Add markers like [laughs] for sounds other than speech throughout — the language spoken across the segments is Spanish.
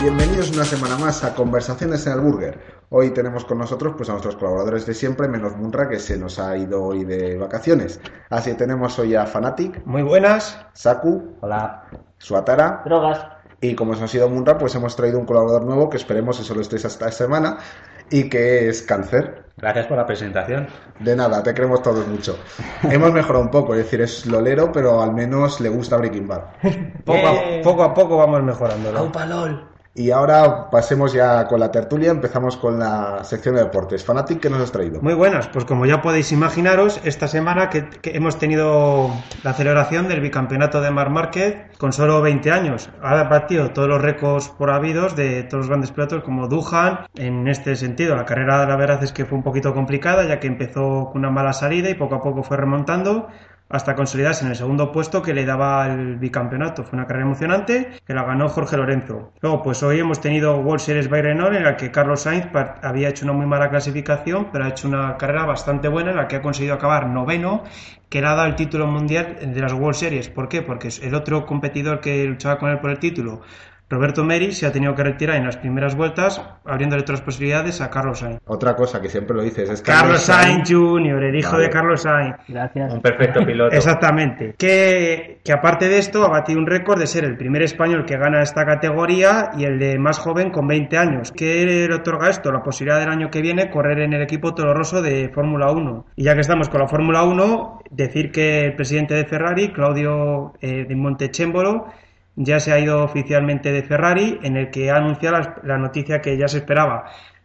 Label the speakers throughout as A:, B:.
A: Bienvenidos una semana más a Conversaciones en el Burger. Hoy tenemos con nosotros pues, a nuestros colaboradores de siempre, menos Munra, que se nos ha ido hoy de vacaciones. Así que tenemos hoy a Fanatic,
B: Muy buenas.
A: Saku,
B: Hola.
A: Suatara,
C: Drogas.
A: Y como se nos ha ido Munra, pues hemos traído un colaborador nuevo que esperemos eso lo estéis hasta esta semana y que es Cáncer.
B: Gracias por la presentación.
A: De nada, te queremos todos mucho. Hemos mejorado un poco, es decir, es lolero, pero al menos le gusta Breaking Bad.
B: Poco,
C: Eh.
B: a, poco a poco vamos mejorando. ¿no?
A: Y ahora pasemos ya con la tertulia, empezamos con la sección de deportes. Fanatic, ¿qué nos has traído?
B: Muy buenas, pues como ya podéis imaginaros, esta semana que, que hemos tenido la celebración del bicampeonato de Mar Márquez con solo 20 años. Ha batido todos los récords por habidos de todos los grandes pilotos como Duhan. En este sentido, la carrera la verdad es que fue un poquito complicada ya que empezó con una mala salida y poco a poco fue remontando hasta consolidarse en el segundo puesto que le daba el bicampeonato. Fue una carrera emocionante que la ganó Jorge Lorenzo. Luego, pues hoy hemos tenido World Series by Renault en la que Carlos Sainz par- había hecho una muy mala clasificación, pero ha hecho una carrera bastante buena en la que ha conseguido acabar noveno, que le ha dado el título mundial de las World Series. ¿Por qué? Porque es el otro competidor que luchaba con él por el título, Roberto Meri, se ha tenido que retirar en las primeras vueltas, abriéndole otras posibilidades a Carlos Sainz.
A: Otra cosa que siempre lo dices es que
B: Carlos Sainz Jr., el hijo
A: Vale.
B: de Carlos Sainz.
C: Gracias.
D: Un perfecto piloto.
B: Exactamente. Que, que aparte de esto, ha batido un récord de ser el primer español que gana esta categoría y el de más joven con 20 años. ¿Qué le otorga esto? La posibilidad del año que viene correr en el equipo Toloroso de Fórmula 1. Y ya que estamos con la Fórmula 1, decir que el presidente de Ferrari, Claudio eh, de Montechémbolo, ya se ha ido oficialmente de Ferrari, en el que ha anunciado la, la noticia que ya se esperaba.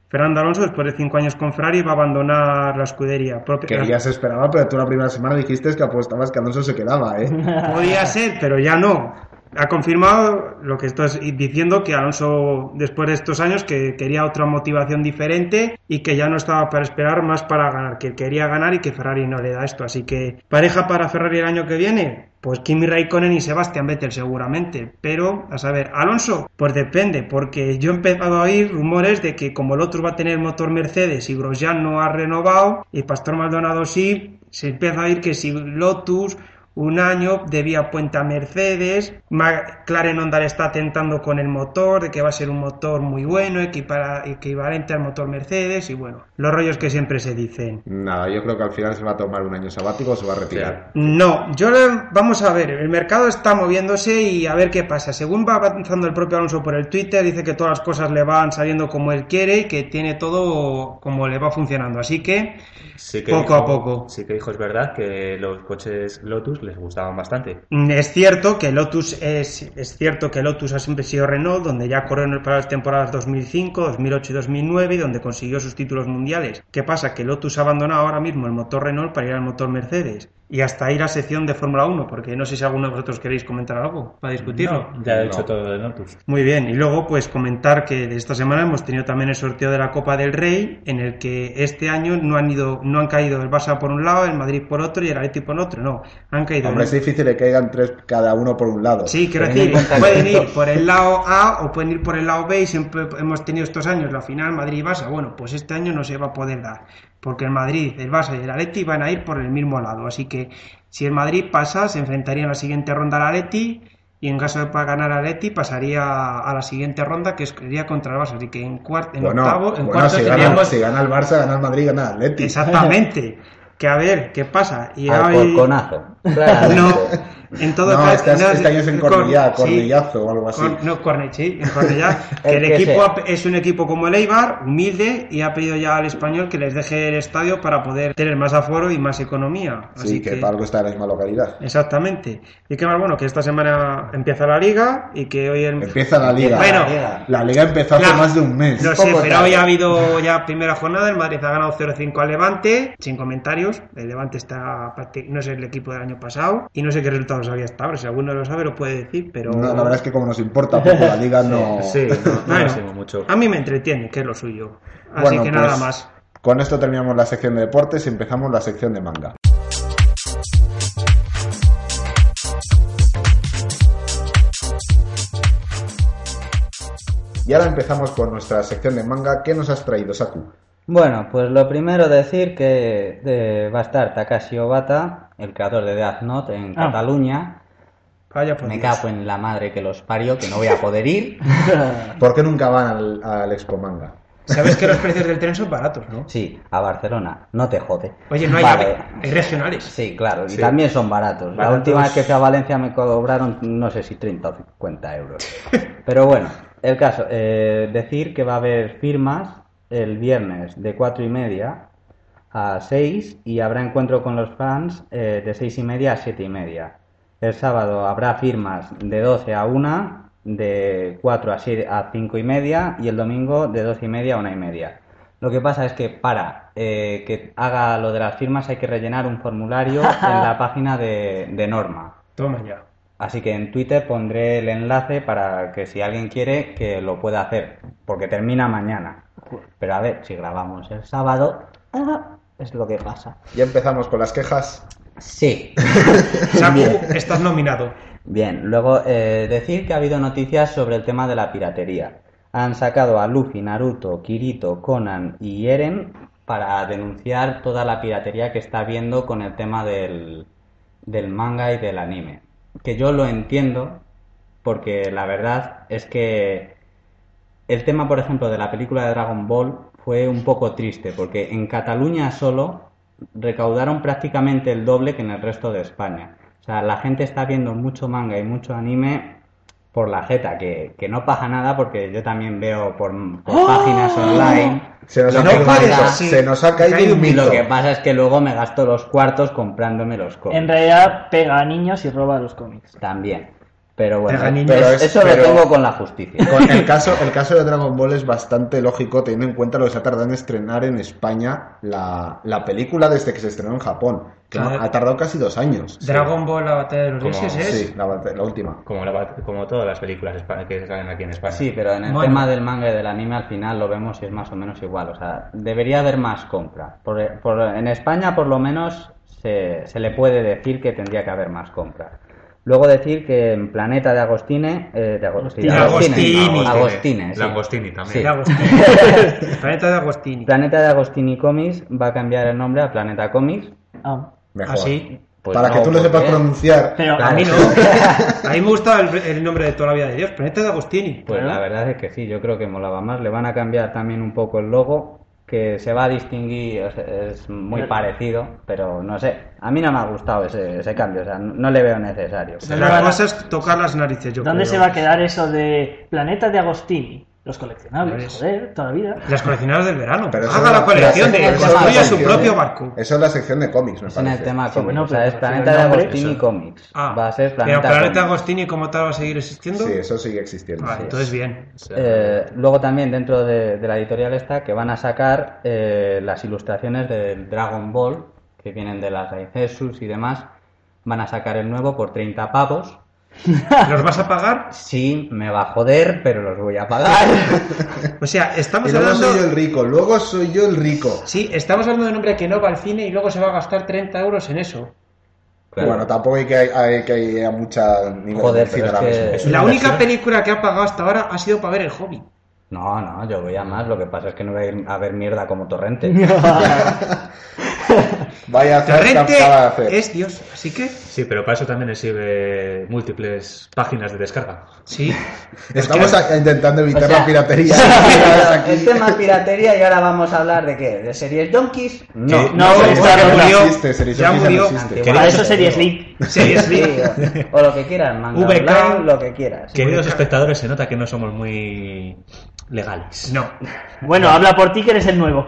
B: Fernando Alonso, después de cinco años con Ferrari, va a abandonar la escudería. Propia-
A: Que ya se esperaba, pero tú la primera semana dijiste que apostabas que Alonso se quedaba, ¿eh?
B: [laughs] Podía ser, pero ya no. Ha confirmado lo que estás diciendo, que Alonso, después de estos años, que quería otra motivación diferente y que ya no estaba para esperar más para ganar, que quería ganar y que Ferrari no le da esto. Así que, pareja para Ferrari el año que viene, pues Kimi Raikkonen y Sebastian Vettel seguramente. Pero, a saber, Alonso, pues depende, porque yo he empezado a oír rumores de que como el otro va a tener motor Mercedes y Grosjean no ha renovado y Pastor Maldonado sí, se empieza a oír que si Lotus un año debía puente a Mercedes, McLaren Honda le está tentando con el motor, de que va a ser un motor muy bueno, equipara- equivalente al motor Mercedes, y bueno, los rollos que siempre se dicen.
A: Nada, yo creo que al final se va a tomar un año sabático o se va a retirar.
B: No, yo le- vamos a ver, el mercado está moviéndose y a ver qué pasa. Según va avanzando el propio Alonso por el Twitter, dice que todas las cosas le van saliendo como él quiere y que tiene todo como le va funcionando. Así que
D: Sí que
B: Poco
D: dijo-
B: a poco.
D: Sí que dijo, es verdad, que los coches Lotus les gustaban bastante.
B: Mm, Es cierto que Lotus es, es cierto que Lotus ha siempre sido Renault, donde ya corrió en el- para las temporadas 2005, 2008 y 2009 y donde consiguió sus títulos mundiales. ¿Qué pasa? Que Lotus ha abandonado ahora mismo el motor Renault para ir al motor Mercedes. Y hasta ahí la sección de Fórmula 1, porque no sé si alguno de vosotros queréis comentar algo para discutirlo.
D: No, ya
A: No.
D: he hecho todo de Lotus.
B: Muy bien, y luego pues comentar que de esta semana hemos tenido también el sorteo de la Copa del Rey, en el que este año no han ido, no han caído el Barça por un lado, el Madrid por otro y el Atlético por otro, no, han caído
A: Hombre,
B: el-
A: es difícil que caigan tres cada uno por un lado.
B: Sí, quiero
A: Teniendo
B: decir,
A: en cuenta
B: pueden
A: que-
B: ir por el lado A o pueden ir por el lado B y siempre hemos tenido estos años la final Madrid-Barça. Bueno, pues este año no se va a poder dar, porque el Madrid, el Barça y el Atleti van a ir por el mismo lado. Así que si el Madrid pasa, se enfrentaría en la siguiente ronda al Atleti y en caso de pa- ganar al Atleti pasaría a la siguiente ronda que sería contra el Barça. Así que en, cuart- en
A: Bueno,
B: octavo, en
A: bueno,
B: cuarto
A: si, gana,
B: seríamos-
A: si gana el Barça, gana el Madrid, gana el Atleti.
B: Exactamente. Que a ver, ¿qué pasa? Y hoy-
E: Alcorconazo.
B: [laughs] No, en
A: [laughs]
B: todo
A: no,
B: caso,
A: este,
B: no,
A: este año es en
B: con-
A: Cornellá,
B: sí,
A: Cornellazo o algo así.
B: Cor- no, Cornell, sí, en Cornellá,
A: [laughs]
B: que
C: El
B: el
C: que
B: equipo
C: sea.
B: ha- es un equipo como el Eibar, humilde, y ha pedido ya al español que les deje el estadio para poder tener más aforo y más economía.
A: sí,
B: Así
A: que, para algo está en la misma localidad.
B: Exactamente. Y qué más bueno, que esta semana empieza la liga y que hoy el...
A: Empieza la liga.
B: Bueno,
A: la liga empezó hace
B: la-
A: más de un mes.
B: No
C: Un
B: sé,
C: poco
B: pero
C: tarde.
B: hoy ha habido ya primera jornada, el Madrid ha ganado 0-5 al Levante, sin comentarios, el Levante está, prácti- no sé, el equipo del año pasado, y no sé qué resultados había hasta ahora, si alguno lo sabe lo puede decir, pero...
A: No, la verdad es que como nos importa poco la
B: [laughs]
A: liga, no...
D: Sí,
A: [laughs]
D: no, no
B: Bueno,
D: lo hacemos mucho.
B: a mí me entretiene, que es lo suyo. Así
A: Bueno,
B: que nada
A: pues,
B: más.
A: Con esto terminamos la sección de deportes y empezamos la sección de manga. Y ahora empezamos con nuestra sección de manga. ¿Qué nos has traído, Saku?
C: Bueno, pues lo primero decir que eh, va a estar Takashi Obata, el creador de Death Note en
E: Ah.
C: Cataluña.
B: Vaya pues, por
C: Me
B: Dios.
C: cago en la madre que los parió, que no voy a poder ir.
A: ¿Por qué nunca van al, al Expo Manga?
B: Sabes que los precios del tren son baratos, ¿no?
C: Sí, a Barcelona, no te jode.
B: Oye, no hay,
C: Vale.
B: hay regionales.
C: Sí, claro, y
D: Sí.
C: también son baratos. La
D: Baratos.
C: última vez que fui a Valencia me cobraron, no sé si 30 o 50 euros. Pero bueno, el caso, eh, decir que va a haber firmas el viernes de 4 y media a 6 y habrá encuentro con los fans eh, de 6 y media a 7 y media. El sábado habrá firmas de 12 a 1, de 4 a, 7 a 5 y media y el domingo de 12 y media a 1 y media. Lo que pasa es que para eh, que haga lo de las firmas hay que rellenar un formulario en la página de, de Norma.
B: Toma
A: [laughs]
B: ya.
C: Así que en Twitter pondré el enlace para que si alguien quiere que lo pueda hacer, porque termina mañana. Pero a ver, si grabamos el sábado, ah, es lo que pasa.
A: Ya empezamos con las quejas.
C: Sí.
B: Saku, estás nominado.
C: Bien, luego eh, decir que ha habido noticias sobre el tema de la piratería. Han sacado a Luffy, Naruto, Kirito, Conan y Eren para denunciar toda la piratería que está habiendo con el tema del, del manga y del anime. Que yo lo entiendo porque la verdad es que el tema, por ejemplo, de la película de Dragon Ball fue un poco triste porque en Cataluña solo recaudaron prácticamente el doble que en el resto de España. O sea, la gente está viendo mucho manga y mucho anime por la jeta, que, que no paja nada porque yo también veo por, por páginas online.
A: Se nos
C: lo
A: ha
C: que
A: caído,
C: pasa-
A: un mito, se nos ha caído un
C: y
A: mito.
C: lo que pasa es que luego me gasto los cuartos comprándome los cómics
E: En realidad pega a niños y roba los cómics.
C: también. Pero bueno,
B: Pero
C: es-
A: es-
C: eso
A: pero-
C: lo tengo con la justicia.
A: Con el, caso, el caso de Dragon Ball es bastante lógico teniendo en cuenta lo que se ha tardado en estrenar en España la, la película desde que se estrenó en Japón. Que
B: Claro.
A: Ha tardado casi dos años.
B: Dragon Ball, la batalla de los
D: Como-
B: dioses es.
A: Sí, la, la última.
D: Como, la- como todas las películas espa- que salen aquí en España.
C: Sí, pero en el
B: Bueno.
C: tema del manga y del anime al final lo vemos y es más o menos igual. O sea, debería haber más compra. Por- por- en España por lo menos se, se le puede decir que tendría que haber más compra. Luego decir que en Planeta de Agostine... eh, de Ago- sí, de
B: Agostini.
C: Agostine, Agostine, sí.
D: Langostini
C: Sí.
D: también.
B: De
A: [laughs]
B: Agostini. Planeta de Agostini.
C: Planeta de Agostini Comics va a cambiar el nombre a Planeta Comics.
E: Ah,
A: Mejor.
B: Así.
C: Pues
A: Para que tú lo
C: ¿por
A: sepas
B: [laughs]
C: qué?
A: pronunciar.
E: pero
B: A mí
E: [laughs]
B: no. A mí me gusta el, el nombre de toda la vida de Dios. Planeta de Agostini.
C: Pues la verdad es que sí, yo creo que molaba más. Le van a cambiar también un poco el logo, que se va a distinguir, o sea, es muy
E: Pero-
C: parecido, pero no sé. A mí no me ha gustado ese, ese cambio, o sea, no no le veo necesario.
A: Pues,
B: O sea, la cosa es tocar las narices, yo
E: ¿dónde
B: creo.
E: se va a quedar eso de Planeta de Agostini? Los coleccionables,
B: ¿Ves?
E: joder, toda la vida.
B: Las coleccionadas del verano.
A: Pero eso
B: Haga
A: es
B: la colección
A: pero
B: de
A: eso es ¿eh? la
B: construya su
A: sección
B: propio
A: de-
B: barco.
A: Eso es la sección de cómics, me
C: Es en
A: parece.
C: el tema
A: Sí,
C: cómics,
E: bueno,
C: o sea,
E: pero
C: es
E: el
C: Planeta de
E: nombre-
C: Agostini
D: eso.
C: Comics.
B: Ah,
C: va a ser
B: pero
C: Planeta,
B: Planeta
C: Comics.
B: Agostini como tal va a seguir existiendo.
A: Sí, eso sigue existiendo.
B: Ah,
A: Sí.
B: entonces
C: [laughs]
B: bien.
D: O sea,
C: Eh, luego también dentro de, de la editorial está que van a sacar eh, las ilustraciones de Dragon Ball, que vienen de las Daizetsus y demás. Van a sacar el nuevo por 30 pavos.
B: ¿Los vas a pagar?
C: Sí, me va a joder, pero los voy a pagar. [laughs]
B: O sea,
A: Y
B: estamos
A: luego soy yo
B: hablando.
A: el rico, luego soy yo el rico.
B: Sí, estamos hablando de un hombre que no va al cine y luego se va a gastar 30 euros en eso.
C: Claro.
A: Bueno, tampoco hay que hay, que haya mucha nivel
C: Joder,
A: de cine
C: pero
A: ahora
C: es que-
A: mismo.
C: es
B: La
C: una
B: única película que ha pagado hasta ahora ha sido para ver el hobby.
C: No, no, yo voy a más. Lo que pasa es que no voy a ir a ver mierda como torrente.
A: Vaya a hacer que acaba de hacer.
B: Torrente es Dios, así que
D: Sí, pero para eso también les sirve múltiples páginas de descarga.
A: [laughs]
B: sí.
A: Estamos a- intentando evitar
C: O sea, [laughs] este
A: la piratería. [laughs]
C: Es [laughs] tema piratería y ahora vamos a hablar de qué? ¿De series donkeys? No. este
D: Eh,
E: No,
A: Series
E: está
A: Donkeys
E: bien.
A: no
B: murió,
A: existe, Series
B: ya
A: Donkeys
B: murió.
A: no existe.
C: Antiguo.
E: Para eso sería Slim.
B: Series
C: [laughs] Sí,
B: League.
C: o, o lo que quieras, manga
B: VK.
C: online, lo que quieras.
D: Queridos espectadores, se nota que no somos muy legales.
B: No,
E: Bueno, habla por ti que eres el nuevo.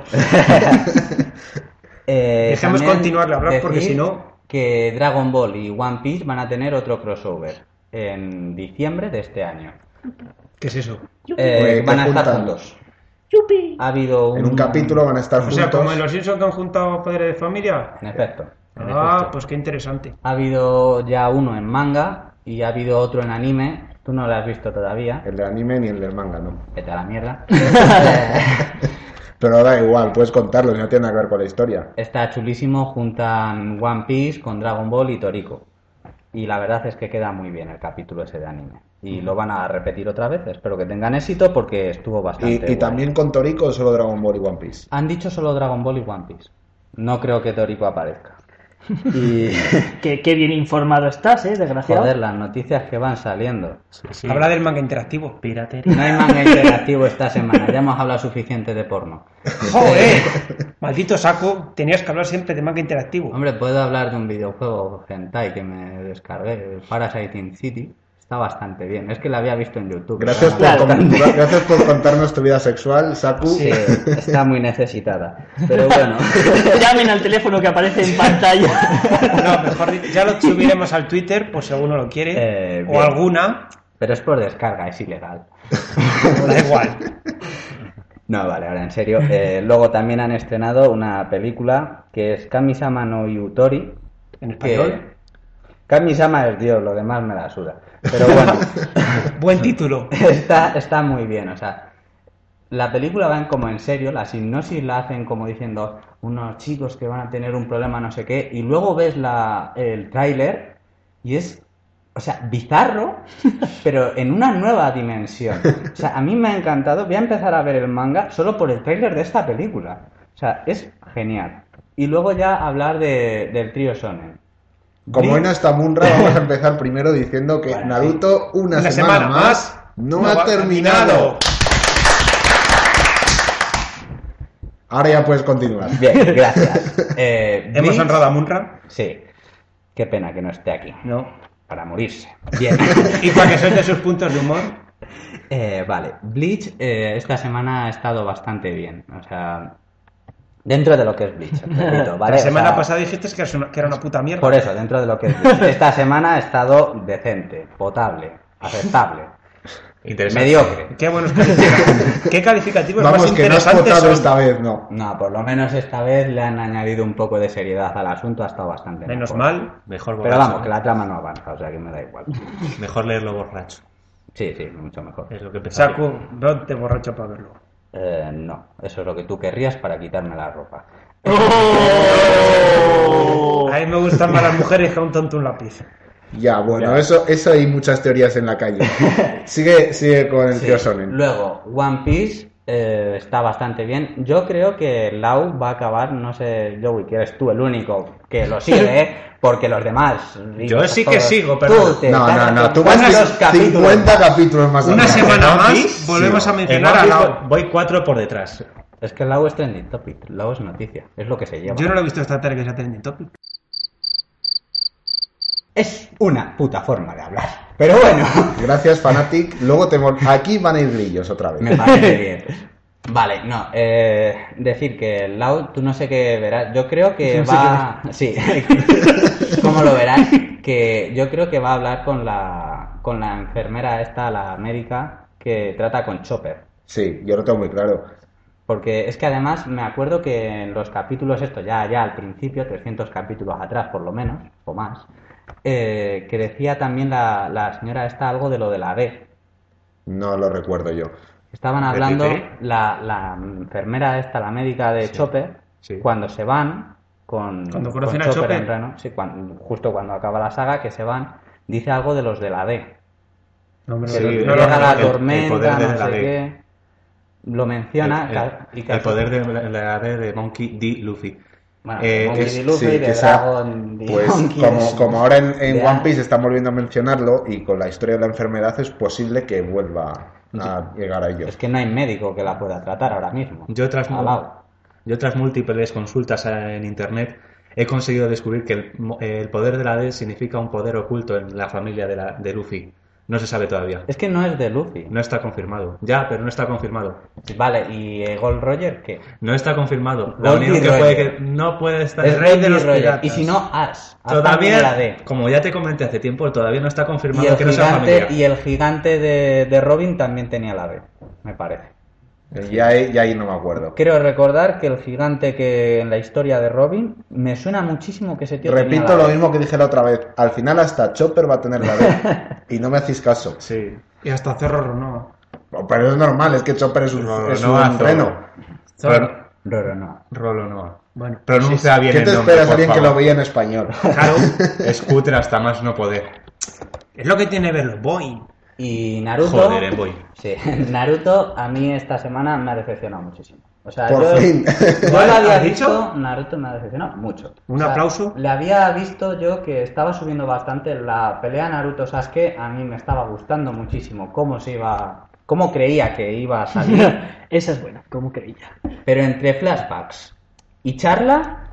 C: Eh,
B: Dejemos
C: también
B: continuar la hablar porque
C: decir
B: si no-
C: Que Dragon Ball y One Piece van a tener otro crossover en diciembre de este año.
B: ¿qué es eso?
C: Eh,
A: Pues que
C: van a estar
A: juntan.
C: juntos.
E: ¡Yupi!
C: Ha habido un.
A: En un capítulo van a estar
B: O
A: juntos.
B: sea, como en los Simpsons que han juntado padres de familia.
C: En efecto. en
B: Ah,
C: efecto.
B: pues qué interesante.
C: Ha habido ya uno en manga y ha habido otro en anime. Tú no lo has visto todavía.
A: El del anime ni el del manga, no.
C: Vete a
A: [laughs]
C: la mierda.
A: Pero da igual, puedes contarlo, no tiene nada que ver con la historia.
C: Está chulísimo. Juntan One Piece con Dragon Ball y Toriko. Y la verdad es que queda muy bien el capítulo ese de anime. Y lo van a repetir otra vez. Espero que tengan éxito porque estuvo bastante.
A: Y, y
C: guay.
A: también con Toriko o solo Dragon Ball y One Piece.
C: Han dicho solo Dragon Ball y One Piece. No creo que Toriko aparezca.
A: Y
E: Qué, qué bien informado estás, ¿eh?
C: [laughs]
E: Desgraciado.
C: Joder, las noticias que van saliendo.
B: Habla del manga interactivo.
D: piratería.
C: No hay manga interactivo esta semana. Ya hemos hablado suficiente de porno.
B: ¡Joder! [laughs] Maldito saco, tenías que hablar siempre de manga interactivo.
C: Hombre, puedo hablar de un videojuego hentai que me descargué, el Parasite in City. Está bastante bien. Es que lo había visto en YouTube.
A: gracias, por,
C: Claro.
A: con- gracias por contarnos tu vida sexual, Saku.
C: Sí, está muy necesitada. Pero bueno. [laughs]
E: [laughs] Llamen al teléfono que aparece en pantalla.
B: No, mejor di- [laughs] ya lo subiremos al Twitter, por si alguno lo quiere.
C: Eh,
B: o
C: bien.
B: alguna,
C: Pero es por descarga, es ilegal.
B: da igual.
C: No, vale, ahora en serio. Eh, luego también han estrenado una película que es Kamisama no Yutori.
B: En español.
C: Que... Kamisama es Dios, lo demás me la suda. Pero bueno,
B: Buen título.
C: está, está muy bien, o sea. La película va en como en serio, la hipnosis la hacen como diciendo unos chicos que van a tener un problema no sé qué, y luego ves la, el tráiler y es, o sea,
B: [laughs]
C: bizarro, pero en una nueva dimensión. O sea, a mí me ha encantado, voy a empezar a ver el manga solo por el tráiler de esta película. O sea, es genial. Y luego ya hablar de, del trío Sonen.
A: [laughs] Como
C: Bri-
A: en hasta Munra, vamos a empezar primero diciendo que
C: Bueno,
A: Naruto, una,
B: Una
A: semana,
B: semana
A: más,
B: más,
A: no,
B: no
A: ha
B: ha
A: terminado.
B: terminado.
A: Ahora ya puedes continuar.
C: Bien,
B: [laughs]
C: gracias. Eh,
B: Hemos
C: Bleach-
B: honrado a Munra.
C: Sí. Qué pena que no esté aquí.
B: No.
C: Para morirse.
B: [laughs]
C: Bien.
B: Y para que suelte sus puntos de humor.
C: Eh, vale. Bleach eh, esta semana ha estado bastante bien. O sea. Dentro de lo que es Bleach. repito,
B: [laughs]
C: ¿vale?
B: La
C: O sea,
B: semana pasada dijiste que eras una- que era una puta mierda.
C: Por eso, dentro de lo que
B: [laughs]
C: es Bleach. Esta semana ha estado decente, potable, aceptable,
D: Interesante.
C: mediocre.
B: Qué buenos
C: [laughs]
B: calificativos. Qué calificativos más
A: Vamos, que no has
B: interesantes
A: votado
B: son.
A: esta vez, no.
C: No, por lo menos esta vez le han añadido un poco de seriedad al asunto, ha estado bastante
B: Menos
C: mejor.
B: mal.
D: Mejor
C: Pero
D: borracho. ¿eh?
C: vamos, que la trama no avanza, o sea que me da igual.
D: Mejor leerlo borracho.
C: Sí, sí, mucho mejor.
D: Es lo que pensaba.
B: Saco, brote borracho para verlo.
C: Eh, no, eso es lo que tú querrías para quitarme la ropa.
A: Oh.
B: A mí me gustan más las mujeres que un tonto un lápiz.
A: Ya, bueno, Eso, eso hay muchas teorías en la
B: [laughs]
A: calle. Sigue, sigue con el
C: Sí.
A: tío Sonen.
C: Luego, One Piece eh, está bastante bien. Yo creo que Lau va a acabar, no sé, Joey, que eres tú el único que
A: [laughs]
C: lo sigue, ¿eh? porque los demás. y
D: Yo sí que sigo, pero-
C: Tú te
A: No, no,
C: tardas
A: no, tú
C: con-
A: vas
C: con los
A: 50 [laughs]
C: capítulos.
A: capítulos más
B: Una
A: atrás.
B: semana
D: ¿En
B: más
D: One Piece?
B: volvemos
A: Sí.
B: a
D: En
B: mencionar a
D: One Piece
B: Lau.
D: voy- voy cuatro por detrás.
C: Es que Lau es trending topic, Lau es noticia, es lo que se lleva.
B: Yo no lo he visto esta tarde que sea trending topic.
C: Es una puta forma de hablar. Pero bueno,
A: Gracias, Fanatic. Luego te
B: [laughs]
A: mol- Aquí van a ir grillos otra vez.
C: me parece bien. Vale, no, eh, decir que Lau, tú no sé qué verás, yo creo que
B: No sé
C: [laughs] va, sí, [laughs] como lo verás, que yo creo que va a hablar con la, con la enfermera esta, la médica, que trata con Chopper,
A: Sí, yo lo tengo muy claro.
C: porque es que además me acuerdo que en los capítulos, esto ya, ya al principio, 300 capítulos atrás por lo menos, o más, eh, que decía también la, la señora esta algo de lo de la B,
A: No lo recuerdo yo.
C: Estaban
D: Ah,
C: hablando
D: Repite.
C: la, la enfermera esta, la médica de Chopper,
D: sí.
C: cuando se van con,
B: Cuando
C: con
B: conocen a Chopper.
C: en Reno, sí, cuan- justo cuando acaba la saga, que se van, dice algo de los de la D.
B: No, hombre,
D: Sí,
B: no,
D: de
B: no,
C: Llega
B: no,
C: la
D: el- el
C: tormenta,
D: poder de
C: no
D: la
C: sé
D: D.
C: qué. lo menciona
D: El-
C: ca- y
D: el,
C: casi-
D: el poder de la, la red de Monkey D. Luffy.
C: Bueno,
D: Eh,
C: Monkey
D: es-
C: D. Luffy,
A: sí,
C: de
A: que esa-
C: Dragon, de
A: Pues
C: Monkey,
A: como,
C: de-
A: como ahora en, en
C: de-
A: One Piece están volviendo a mencionarlo y con la historia de la enfermedad es posible que vuelva a llegar a ello.
C: Es que no hay médico que la pueda tratar ahora mismo.
D: Yo tras,
C: Alao.
D: yo tras múltiples consultas eh, en internet he conseguido descubrir que el, mo- el poder de la D significa un poder oculto en la familia de, la, de Luffy. No se sabe todavía.
C: Es que no es de Luffy.
D: No está confirmado. Ya, pero no está confirmado.
C: Vale, ¿y eh, Gold Roger qué?
D: No está confirmado. La
C: Goldie
D: única que
C: Roger.
D: puede que no puede estar.
C: Es Goldie Roger.
B: piratas.
C: Y si no, Ash. Ash también
D: Todavía,
C: era de.
D: como ya te comenté hace tiempo, todavía no está
C: Y
D: confirmado
C: el
D: que no sea
C: gigante,
D: familia.
C: y el gigante de, de Robin también tenía la B, me parece.
A: Ya, ahí- ya ahí no me acuerdo.
C: Quiero recordar que el gigante que en la historia de Robin me suena muchísimo que ese tío tenía
A: Repito
C: la
A: lo
C: B.
A: mismo que dije la otra vez. Al final hasta Chopper va a tener la D.
C: [laughs]
A: y no me hacéis caso.
D: Sí.
B: Y hasta Zorro no.
A: Pero es normal, es que Chopper es un,
D: Rolo
A: es
D: Noa,
A: un
D: Zorro.
A: reno.
D: Pro-
C: Roro no.
D: Rolo Noa.
B: Bueno,
D: Pronuncia bien
A: ¿Qué
D: el
A: te
D: nombre,
A: esperas
D: por
A: alguien que
D: favor.
A: lo veía en
C: [laughs]
A: español?
D: Claro, es cutre hasta más no poder.
B: es lo que tiene verlo. Boing.
C: Y Naruto.
D: Joder, eh, voy.
C: Sí, [laughs] Naruto a mí esta semana me ha decepcionado muchísimo. O sea,
A: Por
D: [laughs]
C: yo,
A: fin.
C: yo lo había
B: ¿Has dicho?
C: visto, Naruto me ha decepcionado mucho.
B: Un aplauso.
C: Le había visto yo que estaba subiendo bastante la pelea Naruto Sasuke, a mí me estaba gustando muchísimo cómo se iba, cómo creía que iba a
E: [laughs]
C: salir,
E: Esa es buena, como creía.
C: pero entre flashbacks y charla,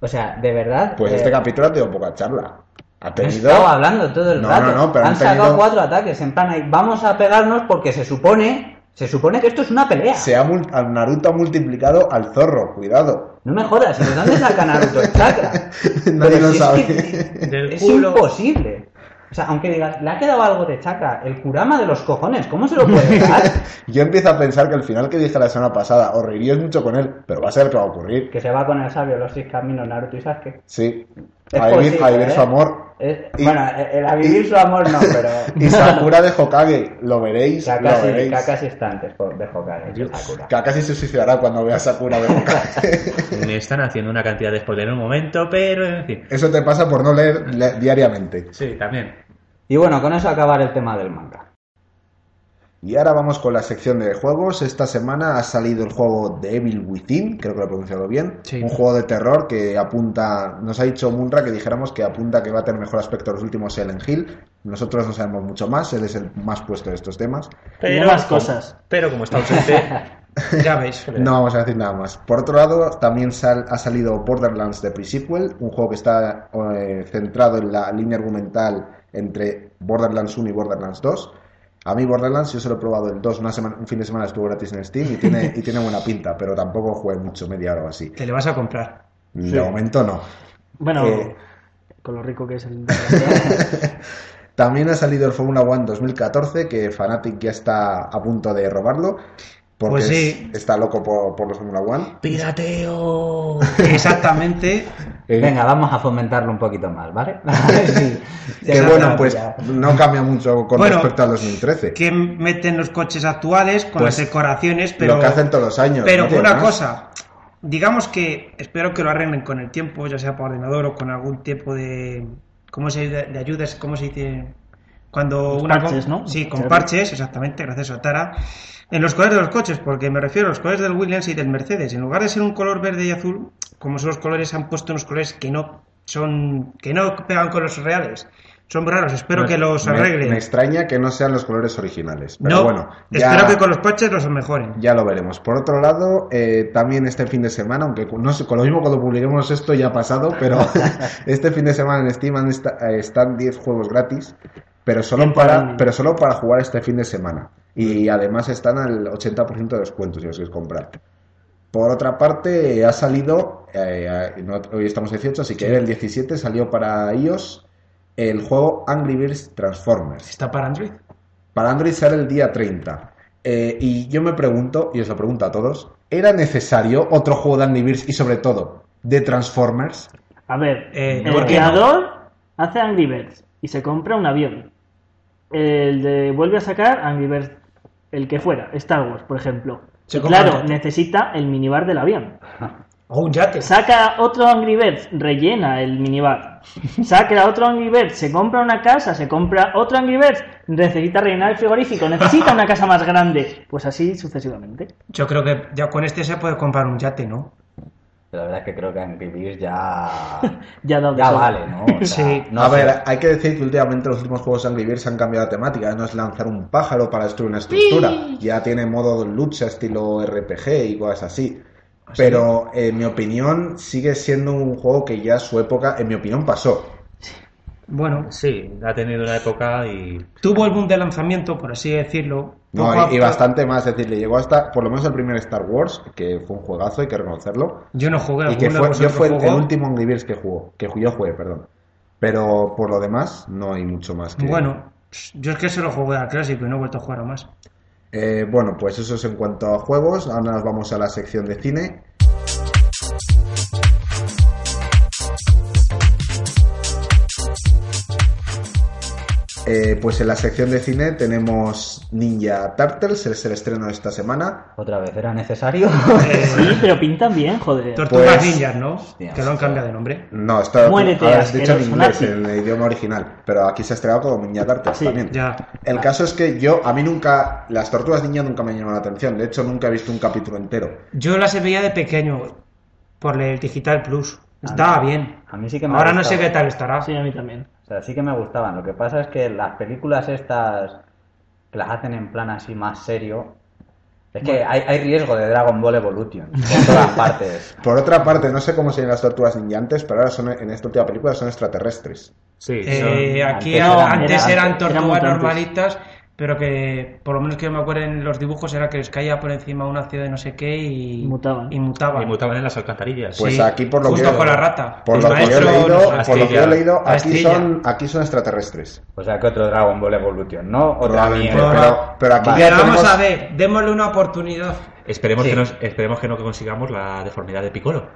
C: o sea, de verdad
A: Pues
C: eh,
A: este capítulo ha tenido poca charla. Ha
C: he
A: tenido...
C: estado hablando todo el
A: No,
C: rato.
A: no, no, pero
C: han
A: han tenido-
C: sacado cuatro ataques en plan ahí, vamos a pegarnos porque se supone, se supone que esto es una pelea.
A: Se ha mul- al Naruto ha multiplicado al zorro, cuidado.
C: No me jodas, ¿y ¿de dónde saca Naruto el chakra?
A: [laughs] Nadie
C: Pero
A: lo
C: si es
A: sabe.
C: que
D: Del
C: es
D: culo.
C: imposible. O sea, aunque digas, le ha quedado algo de chakra, el Kurama de los cojones, ¿cómo se
B: [laughs]
C: lo puede dar?
A: Yo empiezo a pensar que el final que dije la semana pasada, os reiríais mucho con él, pero va a ser lo que va a ocurrir.
C: que se va con el sabio los seis caminos Naruto y Sasuke.
A: Sí.
C: Es
A: A vivir,
C: posible,
A: a vivir
C: ¿eh?
A: su amor.
C: Es-
A: Y-
C: bueno, el, el a vivir su
A: [laughs]
C: amor no, pero... [laughs]
A: Y Sakura de Hokage, lo veréis, lo
C: Kakashi,
A: veréis.
C: Kakashi está antes por- de Hokage, que Sakura.
A: Kakashi se suicidará cuando vea a Sakura de Hokage.
D: Me están haciendo una cantidad de spoiler en un momento, pero en fin.
A: Eso te pasa por no leer le- diariamente.
D: Sí, también.
C: Y bueno, con eso acabar el tema del manga.
A: Y ahora vamos con la sección de juegos. Esta semana ha salido el juego Devil Within, creo que lo he pronunciado bien.
B: Sí.
A: Un juego de terror que apunta, nos ha dicho Munra que dijéramos que apunta que va a tener mejor aspecto los últimos Silent Hill. Nosotros no sabemos mucho más, él es el más puesto de estos temas.
E: Pero- más cosas.
D: Pero como está ausente,
B: Ya
D: [laughs]
B: veis.
A: No vamos a decir nada más. Por otro lado, también sal- ha salido Borderlands The Pre-Sequel, un juego que está eh, centrado en la línea argumental entre Borderlands 1 y Borderlands 2. A mí Borderlands, yo solo he probado el 2, una semana, un fin de semana estuvo gratis en Steam y tiene, y tiene buena pinta, pero tampoco jugué mucho, media hora o así.
B: Te le vas a comprar.
A: De
E: Sí.
A: momento no.
E: Bueno,
A: Eh.
E: con lo rico que es el.
A: También ha salido el Formula One 2014, que Fanatic ya está a punto de robarlo, porque
B: Pues sí.
A: es- está loco por, por los Formula One.
D: ¡pirateo! [laughs]
B: Exactamente.
A: Eh.
C: Venga, vamos a fomentarlo un poquito más, ¿vale? [laughs] A ver si- si
A: Que
C: se
A: bueno,
C: acaba
A: pues
C: ya.
A: no cambia mucho con
B: Bueno,
A: respecto al 2013.
B: Que meten los coches actuales con
A: Pues,
B: las decoraciones, pero.
A: lo que hacen todos los años.
B: Pero
A: no tiene
B: una
A: más.
B: cosa, digamos que espero que lo arreglen con el tiempo, ya sea por ordenador o con algún tipo de cómo se de, de ayudas, cómo se dice cuando
E: Con
B: una co-
E: parches, ¿no?
B: Sí, con
E: Claro.
B: parches, exactamente, gracias Otara. En los colores de los coches, porque me refiero a los colores del Williams y del Mercedes, en lugar de ser un color verde y azul, como son los colores han puesto unos colores que no son que no pegan con los reales. Son raros, espero
D: Me-
B: que los
A: Me-
B: arreglen.
A: Me, extraña que no sean los colores originales. Pero
B: no,
A: bueno,
B: espero que con los parches los mejoren.
A: ya lo veremos. Por otro lado, eh, también este fin de semana, aunque con- no sé, con lo mismo cuando publiquemos esto ya ha pasado, pero este fin de semana en Steam han esta- eh, están 10 juegos gratis, pero solo,
E: Bien,
A: para,
E: para-
A: pero solo para jugar este fin de semana. Y además están al 80% de descuento si los queréis comprar. Por otra parte, eh, ha salido, eh, eh, no- hoy estamos 18, así que era el 17, salió para iOS el juego Angry Birds Transformers.
B: Está para Android.
A: Para Android sale el día 30. Eh, y yo me pregunto, y os lo pregunto a todos, ¿era necesario otro juego de Angry Birds y sobre todo de Transformers?
E: A ver,
B: Eh,
E: el
B: ¿por qué no?
E: creador hace Angry Birds y se compra un avión. El de vuelve a sacar Angry Birds, el que fuera, Star Wars, por ejemplo.
B: Se
E: Y
B: compra
E: claro,
B: el-
E: necesita el minibar del avión.
B: O un yate.
E: Saca otro Angry Birds, rellena el minibar. Saca otro Angry Birds, se compra una casa, se compra otro Angry Birds, necesita rellenar el frigorífico, necesita una casa más grande. Pues así sucesivamente.
B: Yo creo que ya con este se puede comprar un yate, ¿no?
C: La verdad es que creo que Angry Birds ya.
E: Ya da
C: ya
B: [laughs]
E: opción.
C: vale, ¿no? O sea,
B: Sí.
C: no
A: a
C: sé.
A: ver, hay que decir que últimamente los últimos juegos de Angry Birds han cambiado la temática. No es lanzar un pájaro para destruir una estructura. Ya tiene modo lucha, estilo RPG y cosas así.
B: ¿Ah,
A: Pero eh, en mi opinión sigue siendo un juego que ya su época, en mi opinión, pasó.
B: Bueno,
D: Sí, ha tenido una época y
B: tuvo el boom de lanzamiento, por así decirlo.
A: No,
B: Poco
A: y, y
B: a-
A: bastante más. Es decir, le llegó hasta, por lo menos el primer Star Wars, que fue un juegazo, hay que reconocerlo.
B: Yo no jugué
A: Y que
B: alguno de
A: fue, yo
B: vosotros
A: fue el,
B: jugó.
A: último Angry Birds que jugó, que yo jugué, perdón. Pero por lo demás, no hay mucho más que.
B: Bueno, yo es que se lo jugué al clásico y no he vuelto a jugar a más.
A: Eh, bueno, pues eso es en cuanto a juegos. Ahora nos vamos a la sección de cine. Eh, pues en la sección de cine tenemos Ninja Turtles, es el estreno de esta semana.
C: Otra vez era
B: [laughs]
C: necesario.
E: Sí, pero pintan bien, joder.
B: Tortugas
A: Pues-
B: Ninjas, ¿no?
C: Hostia.
B: que lo han cambiado de nombre.
A: No, está
E: Muérete,
A: ahora has dicho en
E: asqueroso
A: inglés,
E: nazi.
A: en el idioma original, pero aquí se ha estrenado como Ninja Turtles
E: Sí,
A: también.
B: Ya.
A: El caso es que yo, a mí nunca, las tortugas ninja nunca me han llamado la atención, de hecho nunca he visto un capítulo entero.
B: Yo las veía de pequeño por el Digital Plus. Estaba bien.
C: A mí sí que me
B: Ahora
C: ha
B: no sé
C: gustado.
B: qué tal estará.
E: Sí, a mí también.
C: O sea, sí que me gustaban. Lo que pasa es que las películas estas que las hacen en plan así más serio. Es que hay, hay riesgo de Dragon Ball Evolution por todas partes.
A: Por otra parte, no sé cómo se llaman las tortugas ninja antes, pero ahora son, en esta última película son extraterrestres.
D: sí,
B: Eh,
C: son-
B: aquí
C: antes
B: no,
C: eran-
B: antes
E: eran-
B: eran tortugas
E: eran mutantes.
B: normalitas, pero que por lo menos que yo me acuerdo en los dibujos era que les caía por encima una ciudad de no sé qué y
E: Mutaban.
B: Y mutaban.
D: son- y mutaban en las alcantarillas.
A: Pues
B: Sí,
A: aquí por lo
B: justo
A: que yo-
B: con la rata.
A: Por
B: El
A: lo que yo he
B: maestro
A: leído,
B: nos-
A: por lo que yo he
D: Astilla.
A: leído, aquí
B: Astilla.
A: son, aquí son extraterrestres.
C: O sea, que otro Dragon Ball Evolution, ¿no? Otra
A: Probablemente,
C: mierda.
A: pero, pero aquí
C: Vale.
A: ya
B: Pero vamos
A: tenemos-
B: a ver, démosle una oportunidad.
D: Esperemos,
C: Sí.
D: que nos, esperemos que no consigamos la deformidad de Piccolo.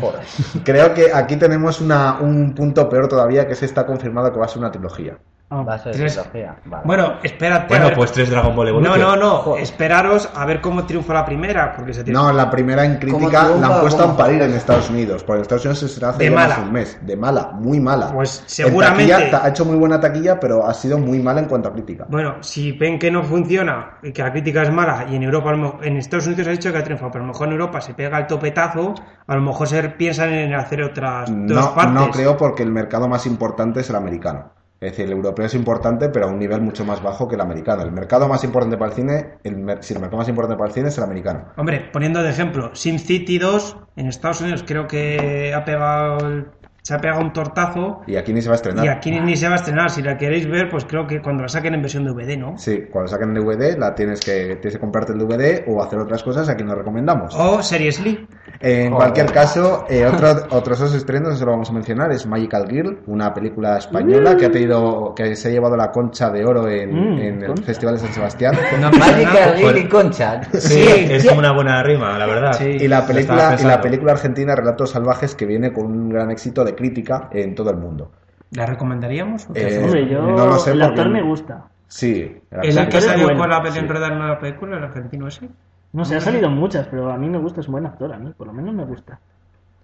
C: Joder.
A: creo que aquí tenemos una, un punto peor todavía, que se está confirmado que va a ser una trilogía.
E: Ah,
C: Va a ser
B: Tres-
C: trilogía. Vale.
B: Bueno, espérate. a
D: Bueno,
B: ver.
D: pues tres Dragon Ball
B: no,
D: Evolution.
B: no,
D: [laughs]
B: no.
C: Joder.
B: Esperaros a ver cómo triunfa la primera, porque se tiene.
A: No, la primera en crítica
C: triunfa,
A: la han puesto
C: cómo
A: a parir en Estados Unidos, porque en Estados Unidos se estrenó hace
B: De
A: ya
B: mala.
A: más de un mes, de mala, muy mala.
B: Pues
A: En
B: seguramente-
A: taquilla, ta- ha hecho muy buena taquilla, pero ha sido muy mala en cuanto a crítica.
B: Bueno, si ven que no funciona y que la crítica es mala y en Europa, a lo mo- en Estados Unidos ha dicho que ha triunfado, pero a lo mejor en Europa se pega el topetazo, a lo mejor se piensan en hacer otras dos
A: No,
B: partes.
A: no creo porque el mercado más importante es el americano. Es decir, el europeo es importante, pero a un nivel mucho más bajo que el americano. El mercado más importante para el cine, el mer- sí, el mercado más importante para el cine es el americano.
B: Hombre, poniendo de ejemplo, SimCity 2 en Estados Unidos creo que ha pegado el- se ha pegado un tortazo
A: Y aquí ni se va a estrenar.
B: y aquí ni- ni se va a estrenar. Si la queréis ver, pues creo que cuando la saquen en versión DVD, ¿no?
A: Sí, cuando saquen el DVD, la tienes que, tienes que comprarte el DVD o hacer otras cosas, aquí nos recomendamos.
B: O Seriously.
A: En cualquier caso, eh, otro, otros dos estrenos que lo vamos a mencionar es Magical Girl, una película española que ha tenido, que se ha llevado la concha de oro en,
E: Mm,
A: en el
E: concha.
A: Festival de San Sebastián.
C: Magical Girl y
D: Joder.
C: Concha.
D: pues, Sí,
B: Sí.
D: es como una buena rima, la verdad.
B: Sí.
A: Y la
D: Lo estaba
A: película, y
D: pensando.
A: la película argentina Relatos Salvajes que viene con un gran éxito de crítica en todo el mundo.
B: ¿La recomendaríamos? ¿O qué
A: Eh,
B: hacemos?
E: Hombre, yo.
A: no lo sé
E: el
A: porque-
E: actor me gusta.
A: Sí, la
B: ¿Es el que
E: actor es
B: salió
E: bueno,
B: con la
A: sí.
B: Belén Rodar en la película, el argentino ese?
E: No sé, ha salido muchas, pero a mí me gusta, es buen actor, a mí por lo menos me gusta.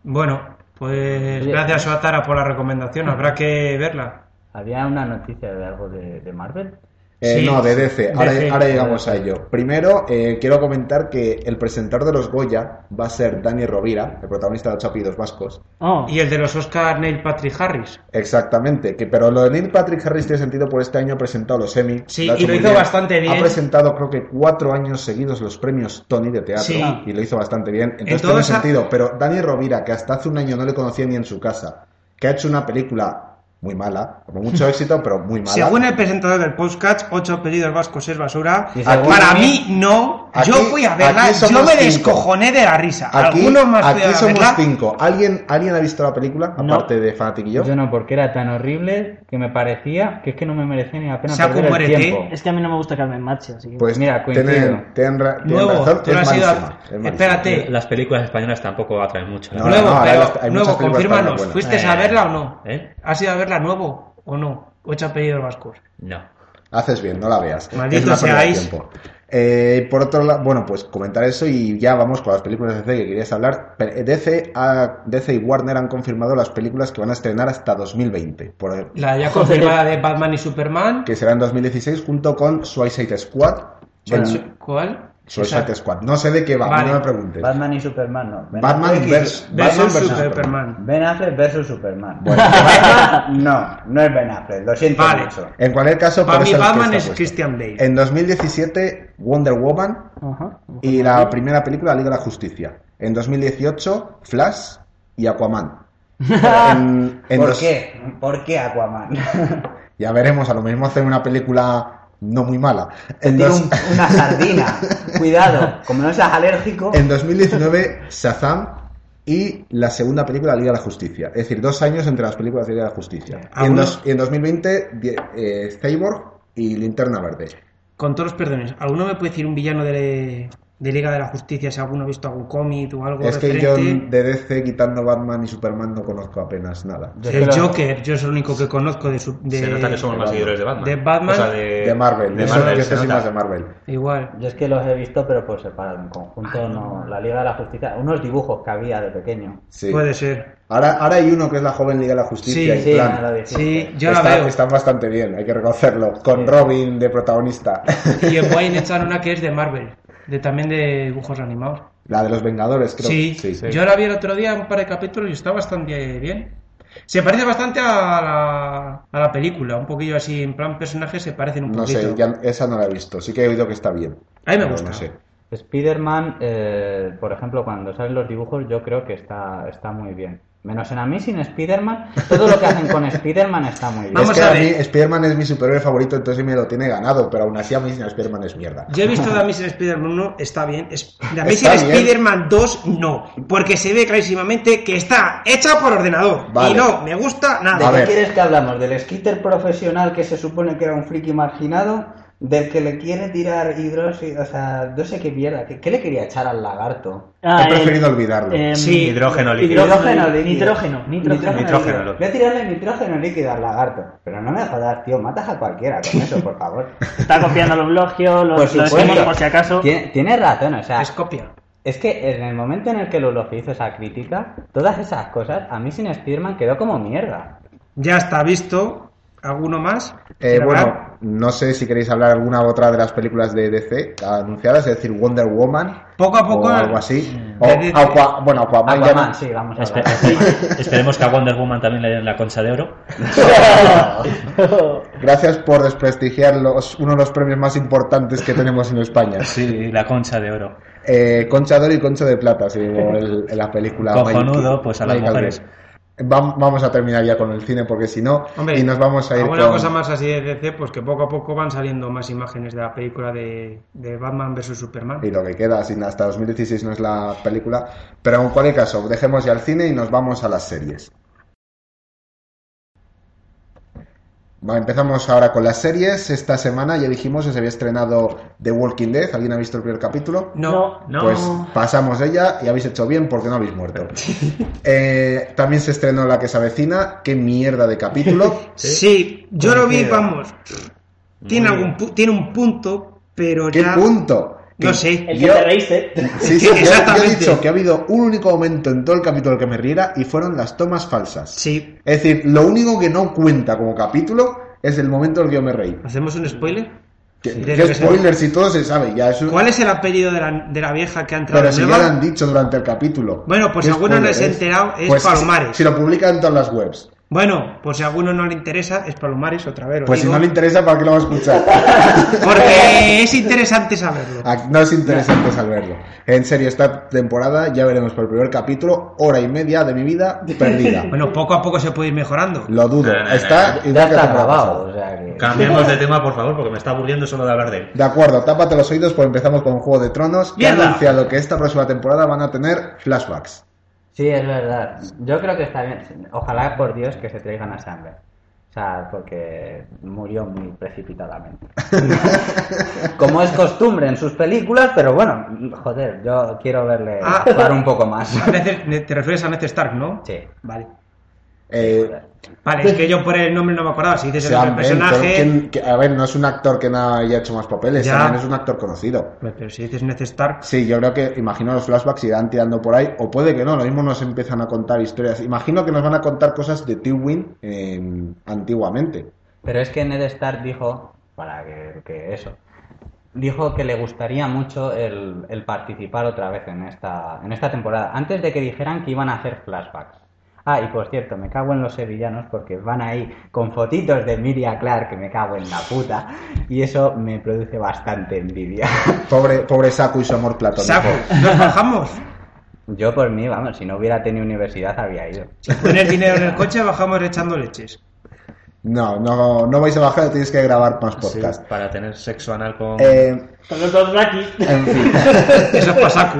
B: Bueno, pues
C: Oye.
B: gracias Suatara por la recomendación, habrá que verla.
C: Había una noticia de algo de, de Marvel.
A: Eh,
B: Sí,
A: no, de DC. Ahora,
B: DC.
A: ahora llegamos a ello. Primero, eh, quiero comentar que el presentador de los Goya va a ser Dani Rovira, el protagonista de Ocho Apellidos Vascos.
E: Oh,
B: Y el de los Oscar Neil Patrick Harris.
A: Exactamente, que pero lo de Neil Patrick Harris tiene sentido por este año ha presentado los Emmy.
B: Sí,
A: ha
B: y
A: hecho
B: lo
A: muy
B: hizo bastante bien.
A: Ha presentado creo que cuatro años seguidos los premios Tony de teatro
B: Sí.
A: y lo hizo bastante bien. Entonces
B: Entonces,
A: tiene
B: ha-
A: sentido, pero Dani Rovira, que hasta hace un año no le conocía ni en su casa, que ha hecho una película muy mala, con
B: [laughs]
A: mucho éxito, pero muy mala.
B: Según el presentador del podcast, ocho apellidos vascos es basura.
C: Y según
B: Para
C: mí-
B: mí, no.
A: Aquí-
B: yo fui a verla,
A: aquí
B: yo
A: somos
B: me
A: cinco.
B: descojoné de la risa.
A: Aquí,
B: Algunos más fui
A: aquí
B: a
A: somos
B: verla.
A: cinco. ¿Alguien, ¿Alguien ha visto la película?
E: No.
A: Aparte de Fanatic y yo.
C: Yo no, porque era tan horrible que me parecía que es que no me merecía ni apenas
B: Saco,
C: perder el
B: muérete.
C: tiempo.
E: es que a mí no me gusta Carmen Machi, así que.
A: Pues
C: Mira,
A: tienen,
C: coincido.
A: tienen ra- tienen
B: Nuevo,
A: razón,
B: tú
A: es
B: no has ido a-
A: malísima, es malísima.
B: Espérate.
D: Las películas españolas tampoco atraen mucho. la
A: No,
D: verdad.
B: nuevo,
A: hay
B: pero,
A: bast- hay muchas películas
B: nuevo, confírmanos.
A: españolas
B: ¿Fuiste
D: buenas.
B: a verla o no?
D: ¿Eh?
B: ¿Has ido a verla nuevo o no? Ocho apellidos vascos.
D: No.
A: Haces bien, no la veas.
B: Maldito
A: Es una
B: seáis.
A: pérdida de tiempo. Eh, por otro lado, bueno, pues comentar eso y ya vamos con las películas de DC que querías hablar. Pe- DC, ha- DC y Warner han confirmado las películas que van a estrenar hasta 2020, por-
F: La ya confirmada de Batman y Superman.
A: que será en 2016 junto con Suicide Squad.
F: ¿Cuál?
A: El-
F: ¿Cuál?
A: Suicide
F: Esa-
A: Squad. No sé de qué va,
F: Vale.
A: no me preguntes.
C: Batman y Superman no. Ben
A: Batman
C: Affleck-
A: vers-
B: versus
A: Batman versus
B: Superman.
C: Ben Affleck versus Superman.
A: Bueno.
C: no, no es Ben Affleck, lo siento
B: Vale.
C: mucho.
A: En cualquier caso,
B: Para
A: por
B: mí
A: eso es que
B: Batman
A: está
B: es
A: puesto.
B: Christian Bale.
A: En 2017, Wonder Woman
E: Ajá.
A: y la primera película, Liga de la Justicia. En 2018, Flash y Aquaman. Ah. En- en
C: ¿Por
A: dos-
C: qué? ¿Por qué Aquaman?
A: Ya veremos, a lo mismo hacen una película no muy mala. En,
C: [laughs] Tiene
A: dos- [laughs]
C: un- una sardina. Cuidado, como no seas alérgico.
A: en 2019, Shazam y la segunda película, Liga de la Justicia. Es decir, dos años entre las películas de Liga de la Justicia. Y en,
B: Algunos-
A: dos- y en 2020, die- eh, Cyborg y Linterna Verde.
B: Con todos los perdones, ¿alguno me puede decir un villano de, de Liga de la Justicia si alguno ha visto algún cómic o algo
A: Es que yo de
B: referente?
A: DC, quitando Batman y Superman, no conozco apenas nada.
C: Yo
B: El
C: creo-
B: Joker, yo es el único que conozco de su. De...
D: Se nota que somos más seguidores de Batman.
B: de Batman.
D: O sea, de,
A: De Marvel,
D: Eh, De
A: eso
D: Marvel,
A: yo
D: se
A: sé si
D: nota.
A: más de Marvel.
B: Igual.
C: Yo es que los he visto, pero por separado. En conjunto, no. La Liga de la Justicia. Unos dibujos que había de pequeño.
A: Sí.
B: Puede ser.
A: Ahora, ahora hay uno que es la joven Liga de la Justicia.
B: Sí,
A: en
C: Sí,
A: plan,
C: me lo dijiste.
B: Sí, yo la
A: está-
B: veo.
A: Están bastante bien, hay que reconocerlo. Con Robin de protagonista. [laughs]
F: Y en Wayne echan una que es de Marvel, de también de dibujos animados.
A: la de los Vengadores, creo.
F: Sí,
D: sí.
F: yo la vi el otro día un par de capítulos y está bastante bien. Se parece bastante a la, a la película, un poquillo así, en plan personajes se parecen un
A: No
F: poquito.
A: sé, ya- esa no la he visto. Sí que he oído que está bien.
F: A mí me
A: Pero
F: gusta.
A: No sé.
C: Spider-Man, eh, por ejemplo, cuando salen los dibujos, yo creo que está, está muy bien. Menos en Amazing Spider-Man, todo lo que hacen con Spider-Man está muy bien.
F: Vamos
A: es que
F: a
A: a,
F: ver.
A: mí Spider-Man es mi superhéroe favorito, entonces me lo tiene ganado, pero aún así a mí Spider-Man es mierda. Eh,
B: Yo
A: [laughs]
B: he visto The Amazing Spider-Man 1, está bien. Es- The
A: Está
B: Amazing
A: bien.
B: Spider-Man 2, no. Porque se ve clarísimamente que está hecha por ordenador.
A: Vale.
B: Y no, me gusta
C: ¿De
A: A
B: nada.
C: qué
A: ver.
C: quieres que hablamos? ¿Del skitter profesional que se supone que era un friki marginado? ¿Del que le quiere tirar hidróxido? O sea, no sé qué mierda. ¿Qué, qué le quería echar al lagarto?
A: he
E: Ah, el-
A: preferido olvidarlo.
E: em,
B: Sí,
D: hidrógeno líquido.
C: líquido.
E: Hidrógeno, nitrógeno, nitrógeno
D: líquido.
C: líquido. Voy a tirarle nitrógeno líquido al lagarto. Pero no me jodas, tío. Matas a cualquiera con eso, por favor.
E: Está copiando los blogios, los, lo decimos por si acaso.
C: Tiene, tiene razón, o sea,
F: Es copia.
C: es que en el momento en el que Lulofy hizo esa crítica, todas esas cosas, a mí sin Spiderman quedó como mierda.
B: Ya está visto. ¿Alguno más?
A: Eh,
B: ¿Quiere hablar?
A: bueno, no sé si queréis hablar alguna otra de las películas de DC anunciadas, es decir, Wonder Woman.
B: Poco a poco-
A: O algo así.
F: Mm.
A: O
B: de DC.
A: Aqua- bueno, Aquaman, ya
C: Aquaman,
A: no-
C: sí, vamos a
G: Espe-
C: hablar.
G: espe- esperemos que a Wonder Woman también le den la concha de oro.
A: Gracias por desprestigiar los, uno de los premios más importantes que tenemos en España.
G: Sí, la concha de oro.
A: Eh, concha de oro y concha de plata, si digo, el- en la película.
G: Cojonudo,
A: Magic-
G: pues a las
A: Magical
G: mujeres.
A: Girl. Vam- Vamos a terminar ya con el cine porque si no,
B: Hombre,
A: y nos vamos a ir
B: Alguna
A: con-
B: cosa más así de DC, pues que poco a poco van saliendo más imágenes de la película de, de Batman vs Superman.
A: y lo que queda, sin- hasta 2016 no es la película, pero en cualquier caso, dejemos ya el cine y nos vamos a las series. Va, empezamos ahora con las series. Esta semana ya dijimos que se había estrenado The Walking Dead. ¿Alguien ha visto el primer capítulo?
F: No, no.
A: Pues pasamos de ella y habéis hecho bien porque no habéis muerto.
B: [laughs]
A: Eh, también se estrenó La que se avecina. Qué mierda de capítulo.
B: [laughs] Sí, yo lo vi, vamos. Tiene, algún pu- tiene un punto, pero
A: ¿Qué
B: ya.
A: punto?
B: No sé.
E: El que
A: yo-
E: te reíste.
A: Sí, sí, yo- yo, he
B: Exactamente.
A: dicho que ha habido un único momento en todo el capítulo en el que me riera y fueron las tomas falsas.
B: Sí.
A: Es decir, lo único que no cuenta como capítulo es el momento en el que yo me reí.
B: ¿Hacemos un spoiler?
A: Que-
B: Sí.
A: que
B: Desde que se-
A: spoiler si todo se sabe, ya eso.
B: ¿Cuál es el apellido de la, de la vieja que ha entrado
A: Pero si ya
B: nueva?
A: lo han dicho durante el capítulo.
B: Bueno, pues
A: ¿Qué
B: si alguno no
A: spoiler
B: se ha
A: es?
B: enterado, es
A: Pues si-
B: Palomares.
A: Si lo publican en todas las webs.
B: Bueno, por si a alguno no le interesa, es Palomares otra vez. lo
A: Pues si
B: digo,
A: no le interesa, ¿para qué lo va a escuchar? [laughs]
B: Porque es interesante saberlo.
A: Ah, No es interesante saberlo. En serio, esta temporada ya veremos por el primer capítulo, hora y media de mi vida
B: [laughs]
A: perdida.
B: Bueno, poco a poco se puede ir mejorando.
A: Lo dudo.
D: No, no, no,
A: Está
D: no.
A: igual
C: Ya
A: que
C: está
A: la temporada
C: grabado,
A: pasada.
C: eh. o sea que...
D: Cambiemos de tema, por favor, porque me está aburriendo solo de hablar de él.
A: De acuerdo, tápate los oídos porque empezamos con Juego de Tronos, que ha
D: ¡Mierda!
A: anunciado que esta próxima temporada van a tener flashbacks.
C: Sí, es verdad. Yo creo que está bien. Ojalá por Dios que se traigan a sangre. O sea, porque murió muy precipitadamente. Como es costumbre en sus películas, pero bueno, joder, yo quiero verle
B: Ah. [laughs]
C: actuar un poco más.
B: A veces- ne- te refieres a Ned Stark, ¿no?
C: Sí.
B: Vale.
A: Eh,
F: Vale, es que yo por el nombre no me acordaba. Si dices el
A: Sean
F: nombre del
A: Ben,
F: personaje.
A: pero ¿quién- que- a ver, no es un actor que no haya hecho más papeles,
F: Ya.
A: también es un actor conocido.
F: Hombre, Pero si dices Ned Stark.
A: Sí, yo creo que, imagino los flashbacks irán tirando por ahí, o puede que no, lo mismo nos empiezan a contar historias. Imagino que nos van a contar cosas de Tywin eh, antiguamente.
C: Pero es que Ned Stark dijo, para que, que eso, dijo que le gustaría mucho el, el participar otra vez en esta, en esta temporada, antes de que dijeran que iban a hacer flashbacks. Ah, y por cierto, me cago en los sevillanos porque van ahí con fotitos de Miria Clark, que me cago en la puta, y eso me produce bastante envidia. [laughs]
A: Pobre, pobre Saku y su amor platónico.
F: Saco, nos bajamos.
C: Yo por mí, vamos, si no hubiera tenido universidad había ido.
F: Si pones dinero en el coche, bajamos echando leches.
A: No, no, no vais a bajar, tienes que grabar más
D: Sí,
A: podcast.
D: para tener sexo anal con...
A: Eh,
E: Con los dos aquí. [laughs]
A: en fin.
F: Eso es para Saku.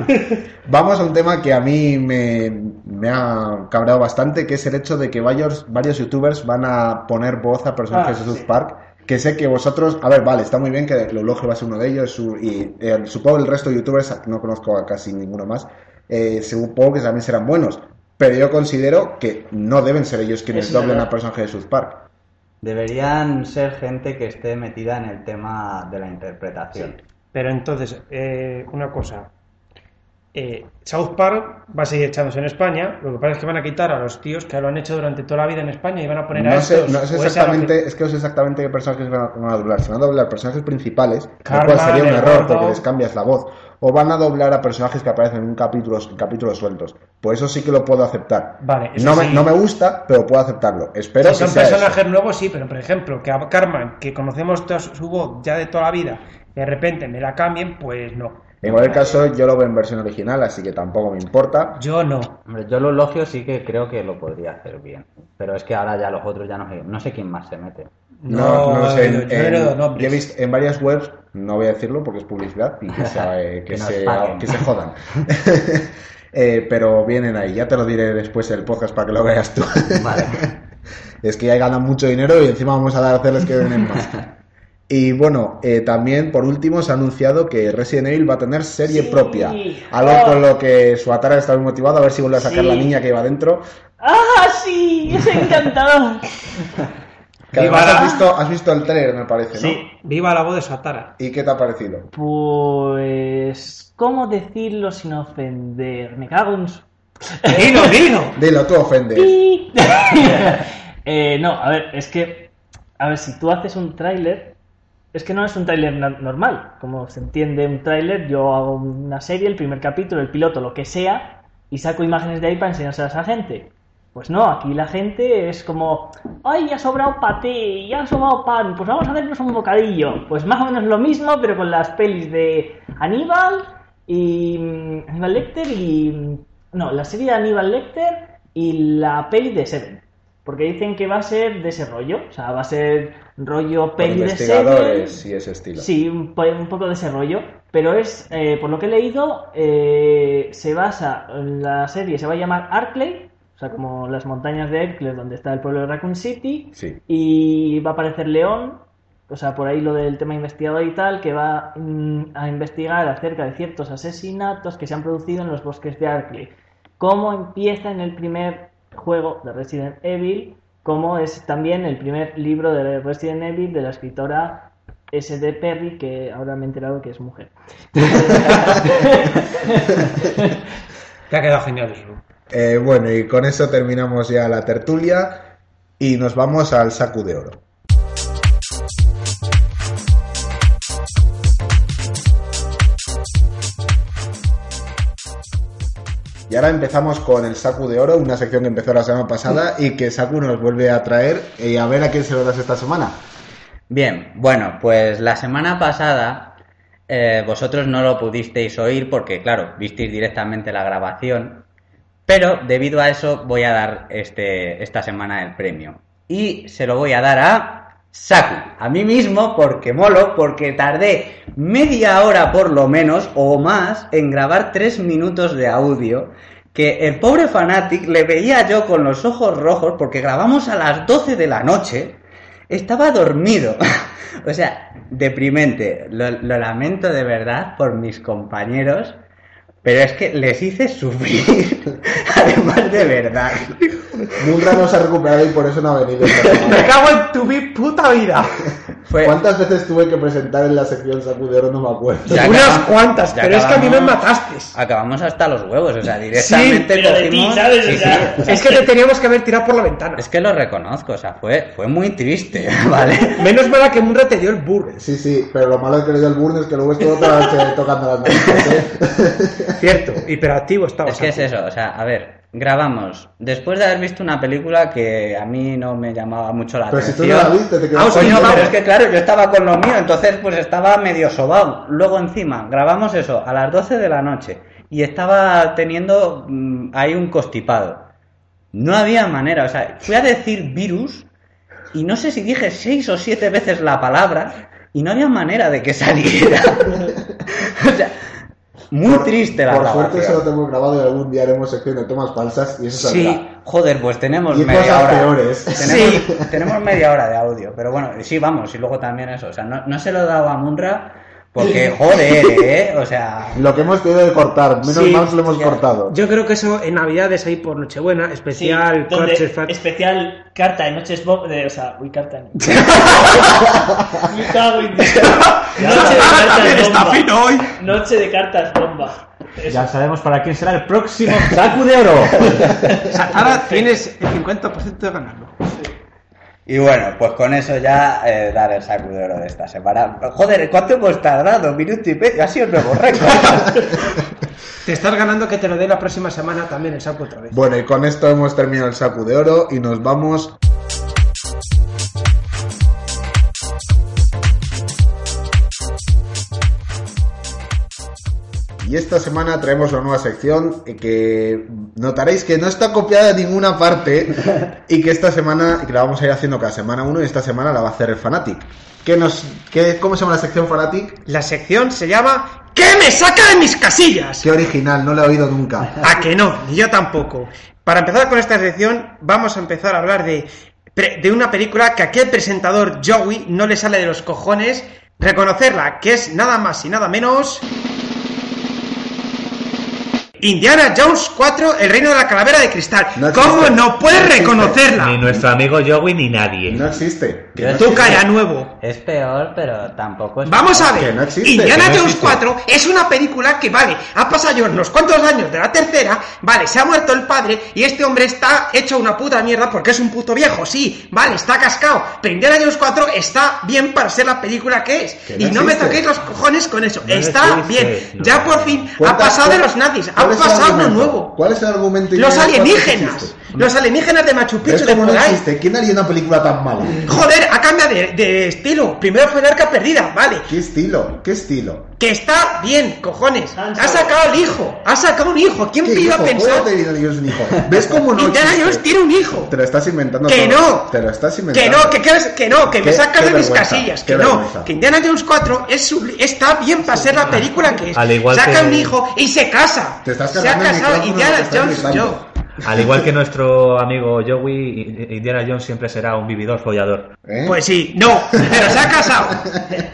A: Vamos a un tema que a mí me, me ha cabreado bastante, que es el hecho de que varios, varios youtubers van a poner voz a personajes
E: Ah,
A: de South
E: sí.
A: Park, que sé que vosotros, a ver, vale, está muy bien que Lologio va a ser uno de ellos, su- y eh, supongo el resto de youtubers, no conozco a casi ninguno más, eh, supongo que también serán buenos, pero yo considero que no deben ser ellos quienes
E: Es
A: doblen
E: verdad.
A: a personajes de South Park.
C: Deberían ser gente que esté metida en el tema de la interpretación.
F: Pero entonces, eh, una cosa. Eh, South Park va a seguir echándose en España. Lo que pasa es que van a quitar a los tíos que lo han hecho durante toda la vida en España y van a poner a
A: No sé,
F: estos.
A: no sé
F: o esa
A: exactamente, es que no sé exactamente qué personajes van a, van a doblar. Si van a doblar personajes principales, lo
F: Cartman,
A: cual sería un
F: el
A: error
F: gordo.
A: porque les cambias la voz. O van a doblar a personajes que aparecen en un capítulo, en capítulos sueltos. Pues eso sí que lo puedo aceptar.
F: Vale, eso
A: no, me,
F: sí.
A: no me gusta, pero puedo aceptarlo. Espero
F: si
A: que
F: son
A: sea
F: personajes
A: eso.
F: nuevos, sí, pero por ejemplo, que a Carmen, que conocemos toda su su voz ya de toda la vida, de repente me la cambien, pues no.
A: En cualquier caso, yo lo veo en versión original, así que tampoco me importa.
F: Yo no.
C: Hombre, yo lo elogio sí que creo que lo podría hacer bien. Pero es que ahora ya los otros ya no sé, no sé quién más se mete.
A: No, no, lo sé.
F: yo-
A: En,
F: yo no doy
A: en-
F: nombres.
A: yo he visto en varias webs, no voy a decirlo porque es publicidad y que, se, eh, que
C: Que nos
A: se-
C: paguen.
A: que se jodan. [laughs] Eh, pero vienen ahí, ya te lo diré después del podcast para que lo veas tú. [laughs]
C: Vale.
A: es que ya ganan mucho dinero y encima vamos a dar a hacerles que den más. Y bueno, eh, también por último se ha anunciado que Resident Evil va a tener serie
E: Sí.
A: propia. Algo
E: Oh.
A: con lo que su Atara está muy motivado, a ver si vuelve a sacar
E: Sí.
A: la niña que iba dentro.
E: ¡Ah, sí! ¡Es encantador! [laughs]
A: Que
F: Viva
A: además
F: la-
A: has visto, has visto el trailer, me parece, ¿no?
F: Sí, viva la voz de Satara. [laughs]
A: ¿Y qué te ha parecido?
E: Pues. ¿Cómo decirlo sin ofender? Me cago en su
F: ¡Dino, dino!
A: Dilo, tú ofendes.
E: ¡Pi! [laughs] Eh, no, a ver, es que. A ver, si tú haces un tráiler. Es que no es un tráiler na- normal. Como se entiende un tráiler, yo hago una serie, el primer capítulo, el piloto, lo que sea, y saco imágenes de ahí para enseñárselas a la gente. Pues no, aquí la gente es como, ¡ay, ya ha sobrado paté! ¡Ya ha sobrado pan! Pues vamos a hacernos un bocadillo. Pues más o menos lo mismo, pero con las pelis de Aníbal y. mm, Aníbal Lecter y. mm, No, la serie de Aníbal Lecter y la peli de Seven. Porque dicen que va a ser de ese rollo. O sea, va a ser rollo
A: Con
E: peli de Seven.
A: investigadores y ese estilo.
E: Sí, un, po- un poco de ese rollo. Pero es, eh, por lo que he leído, eh, se basa, la serie se va a llamar Arkley, o sea, como las montañas de Arkley, donde está el pueblo de Raccoon City,
A: Sí.
E: y va a aparecer León, o sea, por ahí lo del tema investigador y tal, que va mm, a investigar acerca de ciertos asesinatos que se han producido en los bosques de Arkley. Cómo empieza en el primer juego de Resident Evil, como es también el primer libro de Resident Evil de la escritora S.D. Perry, que ahora me he enterado que es mujer.
F: Te ha quedado genial eso.
A: Eh, bueno, y con eso terminamos ya la tertulia y nos vamos al saco de oro. Y ahora empezamos con el Saku de Oro, una sección que empezó la semana pasada y que Saku nos vuelve a traer y a ver a quién se lo das esta semana.
C: Bien, bueno, pues la semana pasada eh, vosotros no lo pudisteis oír porque, claro, visteis directamente la grabación, pero debido a eso voy a dar este, esta semana el premio. Y se lo voy a dar a Saku, a mí mismo porque molo, porque tardé media hora por lo menos o más en grabar tres minutos de audio que el pobre Fanatic le veía yo con los ojos rojos porque grabamos a las 12 de la noche. Estaba dormido. [laughs] o sea, deprimente. Lo, lo lamento de verdad por mis compañeros. Pero es que les hice sufrir, [laughs] además de verdad.
A: Munra no se ha recuperado y por eso no ha venido.
E: [laughs]
C: ¡Me cago en tu mi puta vida! Fue-
A: ¿Cuántas veces tuve que presentar en la sección sacudero? No me acuerdo.
C: Ya
B: Unas
C: acabamos-
B: cuantas,
C: ya
B: pero es que a mí me
C: acabamos-
B: mataste.
C: Acabamos hasta los huevos, o sea, directamente
E: pero de ti,
C: cogimos-
E: ¿sabes? O
C: Sí,
E: sea-
C: sí, o sea,
B: Es que te teníamos que haber tirado por la ventana.
C: es que lo reconozco, o sea, fue, fue muy triste, [laughs] ¿vale?
B: Menos mala que Munra te dio el burger.
A: Sí, sí, pero lo malo que le dio el burn es que luego estuvo toda la
C: [laughs]
A: noche tocando las narices. ¿eh?
B: Cierto, hiperactivo estaba.
C: Es que es eso, o sea, a ver, grabamos. Después de haber visto una película que a mí no me llamaba mucho la
A: Pero si
C: atención.
A: tú no la viste, te
C: Ah,
A: quedas
C: coño,
A: con-
C: pero es que claro, yo estaba con lo mío, entonces pues estaba medio sobado. Luego encima, grabamos eso a las 12 de la noche y estaba teniendo mm, ahí un constipado. No había manera, o sea, fui a decir virus y no sé si dije seis o siete veces la palabra y no había manera de que saliera. [laughs] o sea, muy triste la
A: Por suerte
C: grabación.
A: eso lo tenemos grabado y algún día haremos sección de tomas falsas y eso
C: Sí,
A: saldrá.
C: joder, pues tenemos
A: Y
C: media
A: cosas
C: hora.
A: peores.
C: [laughs] Tenemos, tenemos media hora de audio, pero bueno, sí, vamos, y luego también eso. O sea, no, no se lo he dado a Munra porque, [laughs] joder, ¿eh? O sea,
A: Lo que hemos tenido de cortar, menos
B: Sí,
A: mal lo hemos cortado.
B: Yo creo que eso en Navidades ahí por Nochebuena,
E: Sí,
B: especial
E: donde-
B: Corches Fat-
E: especial carta de noches bo- de, o sea, uy, carta de noches. [laughs] Me cago en Dios. Noche de cartas bomba.
H: hoy!
E: Noche de cartas bomba.
H: Ya sabemos para quién será el próximo saco de oro.
B: O sea, ahora tienes el 50% de ganarlo.
C: [laughs] y bueno, pues con eso ya eh, dar el saco de oro de esta semana. Joder, ¿cuánto hemos tardado? Minuto y medio, ha sido el nuevo récord.
B: Te estás ganando que te lo dé la próxima semana también el saco otra vez.
A: Bueno, y con esto hemos terminado el saco de oro y nos vamos Y esta semana traemos una nueva sección eh, que notaréis que no está copiada de ninguna parte y que esta semana, que la vamos a ir haciendo cada semana uno y esta semana la va a hacer el Fanatic. ¿Qué nos, qué, ¿Cómo se llama la sección Fanatic?
B: La sección se llama ¿Qué me saca de mis casillas?
A: Qué original, no la he oído
B: [laughs]
A: nunca.
B: A que no, ni yo tampoco. Para empezar con esta sección, vamos a empezar a hablar de, pre- de una película que a aquel presentador Joey no le sale de los cojones reconocerla, que es nada más y nada menos. Indiana Jones 4, El Reino de la Calavera de Cristal.
A: No existe.
B: ¿Cómo no puedes
A: No existe.
B: reconocerla?
D: [laughs] Ni nuestro amigo Joey ni nadie.
A: No existe. Que
C: Yo
A: no
B: Tú
A: existe.
B: calla nuevo.
C: [laughs] es peor, pero tampoco es.
B: Vamos a ver,
A: Que no existe,
B: Indiana
A: que no
B: Jones
A: existe.
B: 4 es una película que, vale, ha pasado ya unos cuantos años de la tercera, vale, se ha muerto el padre y este hombre está hecho una puta mierda porque es un puto viejo, sí, vale, está cascado, pero Indiana Jones 4 está bien para ser la película que es.
A: Que no
B: y no me
A: existe.
B: toquéis los cojones con eso,
D: No
B: está
D: existe,
B: bien,
D: no.
B: ya por fin ha
A: Cuenta-
B: pasado de
A: cuál-
B: los nazis, ha
A: ¿cuál es el
B: pasado lo
A: argumento?
B: nuevo.
A: ¿Cuál es el argumento?
B: Los
A: Indiana, cuál es que
B: alienígenas,
A: existe?
B: los alienígenas de Machu
A: Pero
B: Picchu
A: es
B: de
A: como no
B: por ahí.
A: existe. ¿Quién haría una película tan mala?
B: Joder, ha cambiado de, de estilo. Primero fue el arca perdida, vale.
A: ¿Qué estilo? ¿Qué estilo?
B: Que está bien, cojones.
D: Ah,
E: Han
B: Ha sacado el hijo. Ha sacado un hijo. ¿Quién
A: ¿Qué
B: te iba a
A: hijo?
B: pensar?
A: ¿Cómo te viene Dios un hijo? ¿Ves cómo
B: [laughs]
A: no
B: Indiana
A: existe?
B: Jones tiene un hijo.
A: Te lo estás inventando
B: Que
A: todo.
B: no.
A: Te lo estás
B: Que
A: inventando.
B: no, que, que, que no, que me
A: Qué-
B: sacas
A: qué
B: de mis
A: vergüenza,
B: casillas.
A: qué
B: Que no,
A: vergüenza.
B: que Indiana Jones 4 es su- está bien para ser la película que es.
D: ah, Al igual
B: Saca
D: que-
B: un hijo y se casa.
A: Te estás
B: se ha
A: cargando el
B: casado
A: micrófono
B: Indiana
A: que estás
B: Jones
A: gritando.
B: yo.
D: Al igual que nuestro amigo Joey, I- Indiana Jones siempre será un vividor follador.
A: ¿Eh?
B: Pues sí, no, pero se ha casado.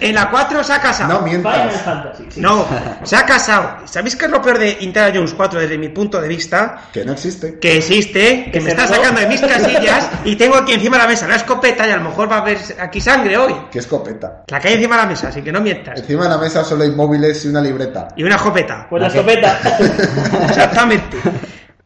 B: En la 4 se ha casado.
A: no
E: Final
A: mientas.
E: Fantasy. sí.
B: No, se ha casado. ¿Sabéis qué es lo peor de Indiana Jones 4 desde mi punto de vista?
A: Que no existe.
B: que existe, que,
E: Que
B: me
E: se
B: está
E: robó.
B: sacando de mis casillas y tengo aquí encima de la mesa la escopeta y a lo mejor va a haber aquí sangre hoy.
A: Que escopeta.
B: La que hay encima de la mesa, así que no mientas.
A: Encima de la mesa solo hay móviles y una libreta.
B: Y una escopeta.
E: Pues la escopeta.
B: Exactamente.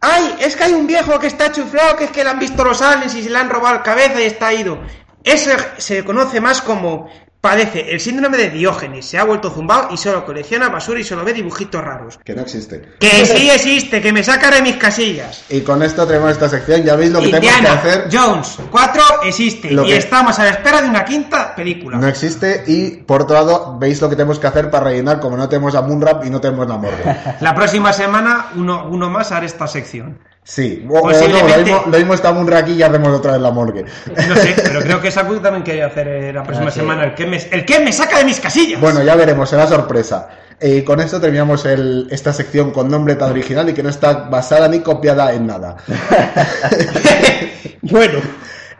B: Ay, es que hay un viejo que está chuflado, que es que le han visto los aliens y se le han robado la cabeza y está ido. Eso se conoce más como padece el síndrome de Diógenes. Se ha vuelto zumbado y solo colecciona basura y solo ve dibujitos raros.
A: Que no existe.
B: Que sí existe, que me saca de mis casillas.
A: Y con esto tenemos esta sección. Ya veis lo que tenemos que
B: Indiana
A: hacer.
B: Jones 4 existe
A: Lo
B: y
A: que-
B: estamos a la espera de una quinta película.
A: No existe. Y por otro lado, veis lo que tenemos que hacer para rellenar. Como no tenemos a Moonrap y no tenemos a Morgan.
B: La próxima semana uno, uno más hará esta sección.
A: Sí, o- o no, lo
B: Posiblemente.
A: mismo, lo mismo estamos un raquí y hacemos otra vez la morgue.
B: No sé, pero creo que Saku también quería hacer eh, la próxima
C: Ah, sí.
B: semana el que, me, el que me saca de mis casillas.
A: Bueno, ya veremos, será sorpresa. Eh, con esto terminamos el- esta sección con nombre tan original y que no está basada ni copiada en nada.
B: [laughs] bueno.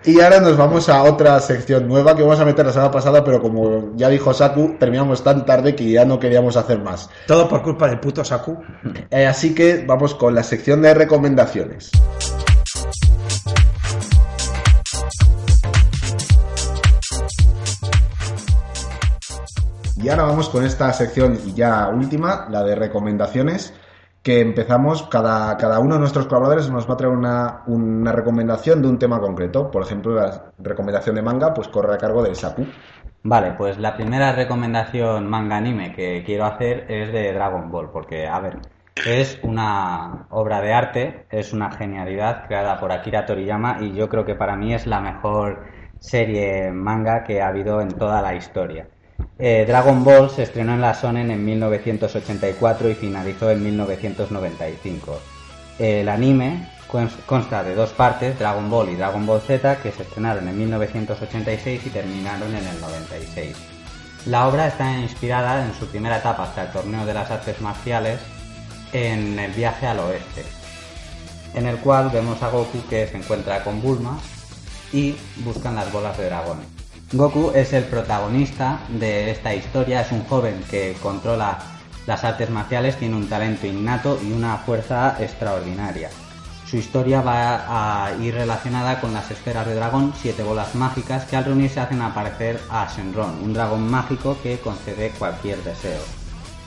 A: Y ahora nos vamos a otra sección nueva que vamos a meter la semana pasada, pero como ya dijo Saku, terminamos tan tarde que ya no queríamos hacer más.
F: Todo por culpa del puto Saku.
A: Eh, así que vamos con la sección de recomendaciones. Y ahora vamos con esta sección y ya última, la de recomendaciones, que empezamos, cada, cada uno de nuestros colaboradores nos va a traer una, una recomendación de un tema concreto. Por ejemplo, la recomendación de manga, pues corre a cargo del Saku.
C: Vale, pues la primera recomendación manga anime que quiero hacer es de Dragon Ball, porque, a ver, es una obra de arte, es una genialidad creada por Akira Toriyama y yo creo que para mí es la mejor serie manga que ha habido en toda la historia. Eh, Dragon Ball se estrenó en la Sonen en 1984 y finalizó en 1995. El anime cons- consta de dos partes, Dragon Ball y Dragon Ball Z, que se estrenaron en 1986 y terminaron en el 96. La obra está inspirada en su primera etapa hasta el torneo de las artes marciales en el viaje al oeste, en el cual vemos a Goku que se encuentra con Bulma y buscan las bolas de dragón. Goku es el protagonista de esta historia, es un joven que controla las artes marciales, tiene un talento innato y una fuerza extraordinaria. Su historia va a ir relacionada con las esferas de dragón, siete bolas mágicas que al reunirse hacen aparecer a Shenron, un dragón mágico que concede cualquier deseo.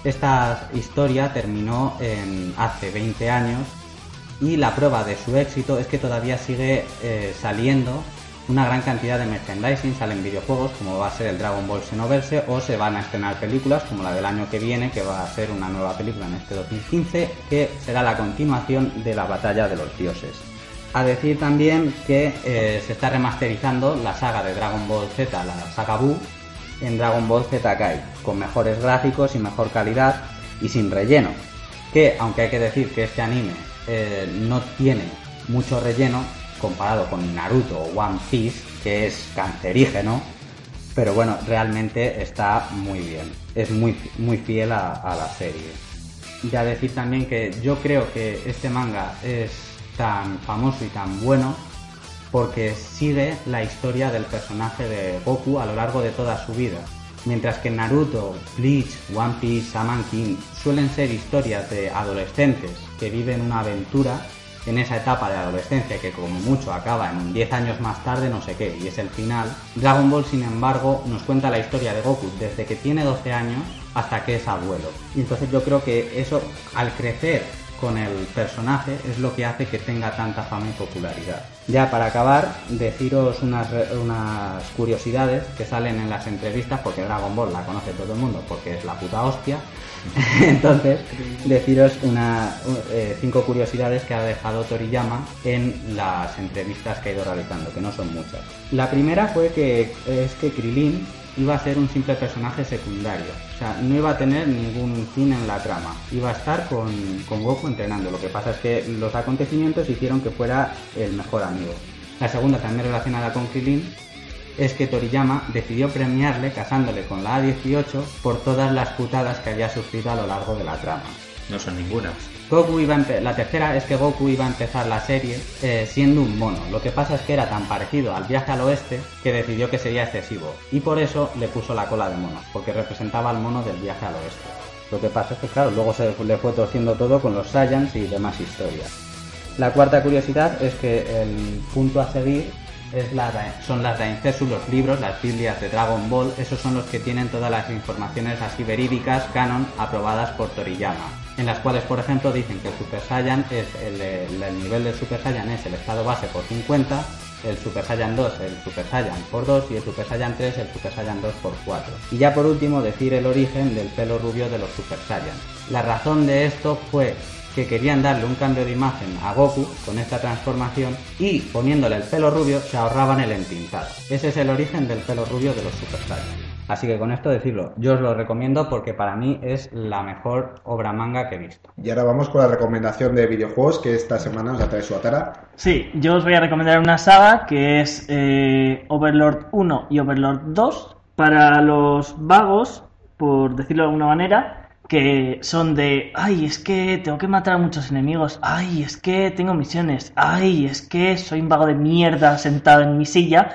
C: Esta historia terminó en- hace 20 años y la prueba de su éxito es que todavía sigue eh, saliendo una gran cantidad de merchandising, salen videojuegos como va a ser el Dragon Ball Xenoverse o se van a estrenar películas como la del año que viene que va a ser una nueva película en este 2015 que será la continuación de la batalla de los dioses. A decir también que eh, se está remasterizando la saga de Dragon Ball Z, la saga Buu, en Dragon Ball Z Kai, con mejores gráficos y mejor calidad y sin relleno. Que, aunque hay que decir que este anime eh, no tiene mucho relleno comparado con Naruto o One Piece, que es cancerígeno, pero bueno, realmente está muy bien. Es muy, muy fiel a, a la serie. Ya decir también que yo creo que este manga es tan famoso y tan bueno porque sigue la historia del personaje de Goku a lo largo de toda su vida. Mientras que Naruto, Bleach, One Piece, Shaman King suelen ser historias de adolescentes que viven una aventura en esa etapa de adolescencia que como mucho acaba en un 10 años más tarde no sé qué y es el final. Dragon Ball sin embargo nos cuenta la historia de Goku desde que tiene 12 años hasta que es abuelo. Y entonces yo creo que eso al crecer con el personaje es lo que hace que tenga tanta fama y popularidad. Ya para acabar, deciros unas, re- unas curiosidades que salen en las entrevistas, porque Dragon Ball la conoce todo el mundo, porque es la puta hostia. [laughs] Entonces, deciros una, eh, cinco curiosidades que ha dejado Toriyama en las entrevistas que ha ido realizando, que no son muchas. La primera fue que es que Krilin iba a ser un simple personaje secundario. O sea, no iba a tener ningún fin en la trama. Iba a estar con, con Goku entrenando. Lo que pasa es que los acontecimientos hicieron que fuera el mejor amigo. La segunda, también relacionada con Krillin, es que Toriyama decidió premiarle casándole con la A18 por todas las putadas que había sufrido a lo largo de la trama.
D: No son ninguna.
C: Goku iba a empe- la tercera es que Goku iba a empezar la serie eh, siendo un mono. Lo que pasa es que era tan parecido al viaje al oeste que decidió que sería excesivo. Y por eso le puso la cola de mono, porque representaba al mono del viaje al oeste. Lo que pasa es que, claro, luego se le fue torciendo todo con los Saiyans y demás historias. La cuarta curiosidad es que el punto a seguir es la Dai- son las Daincesu, los libros, las Biblias de Dragon Ball. Esos son los que tienen todas las informaciones así verídicas, canon, aprobadas por Toriyama. En las cuales, por ejemplo, dicen que el Super Saiyan es el, el- el nivel del Super Saiyan es el estado base por 50, el Super Saiyan 2 el Super Saiyan por 2 y el Super Saiyan 3 el Super Saiyan 2 por 4. Y ya por último decir el origen del pelo rubio de los Super Saiyan. La razón de esto fue que querían darle un cambio de imagen a Goku con esta transformación y poniéndole el pelo rubio se ahorraban el entintado. Ese es el origen del pelo rubio de los Super Saiyan. Así que con esto decirlo, yo os lo recomiendo porque para mí es la mejor obra manga que he visto.
A: Y ahora vamos con la recomendación de videojuegos que esta semana nos la trae Suatara.
E: Sí, yo os voy a recomendar una saga que es eh, Overlord 1 y Overlord 2 para los vagos, por decirlo de alguna manera, que son de, ay, es que tengo que matar a muchos enemigos, ay, es que tengo misiones, ay, es que soy un vago de mierda sentado en mi silla.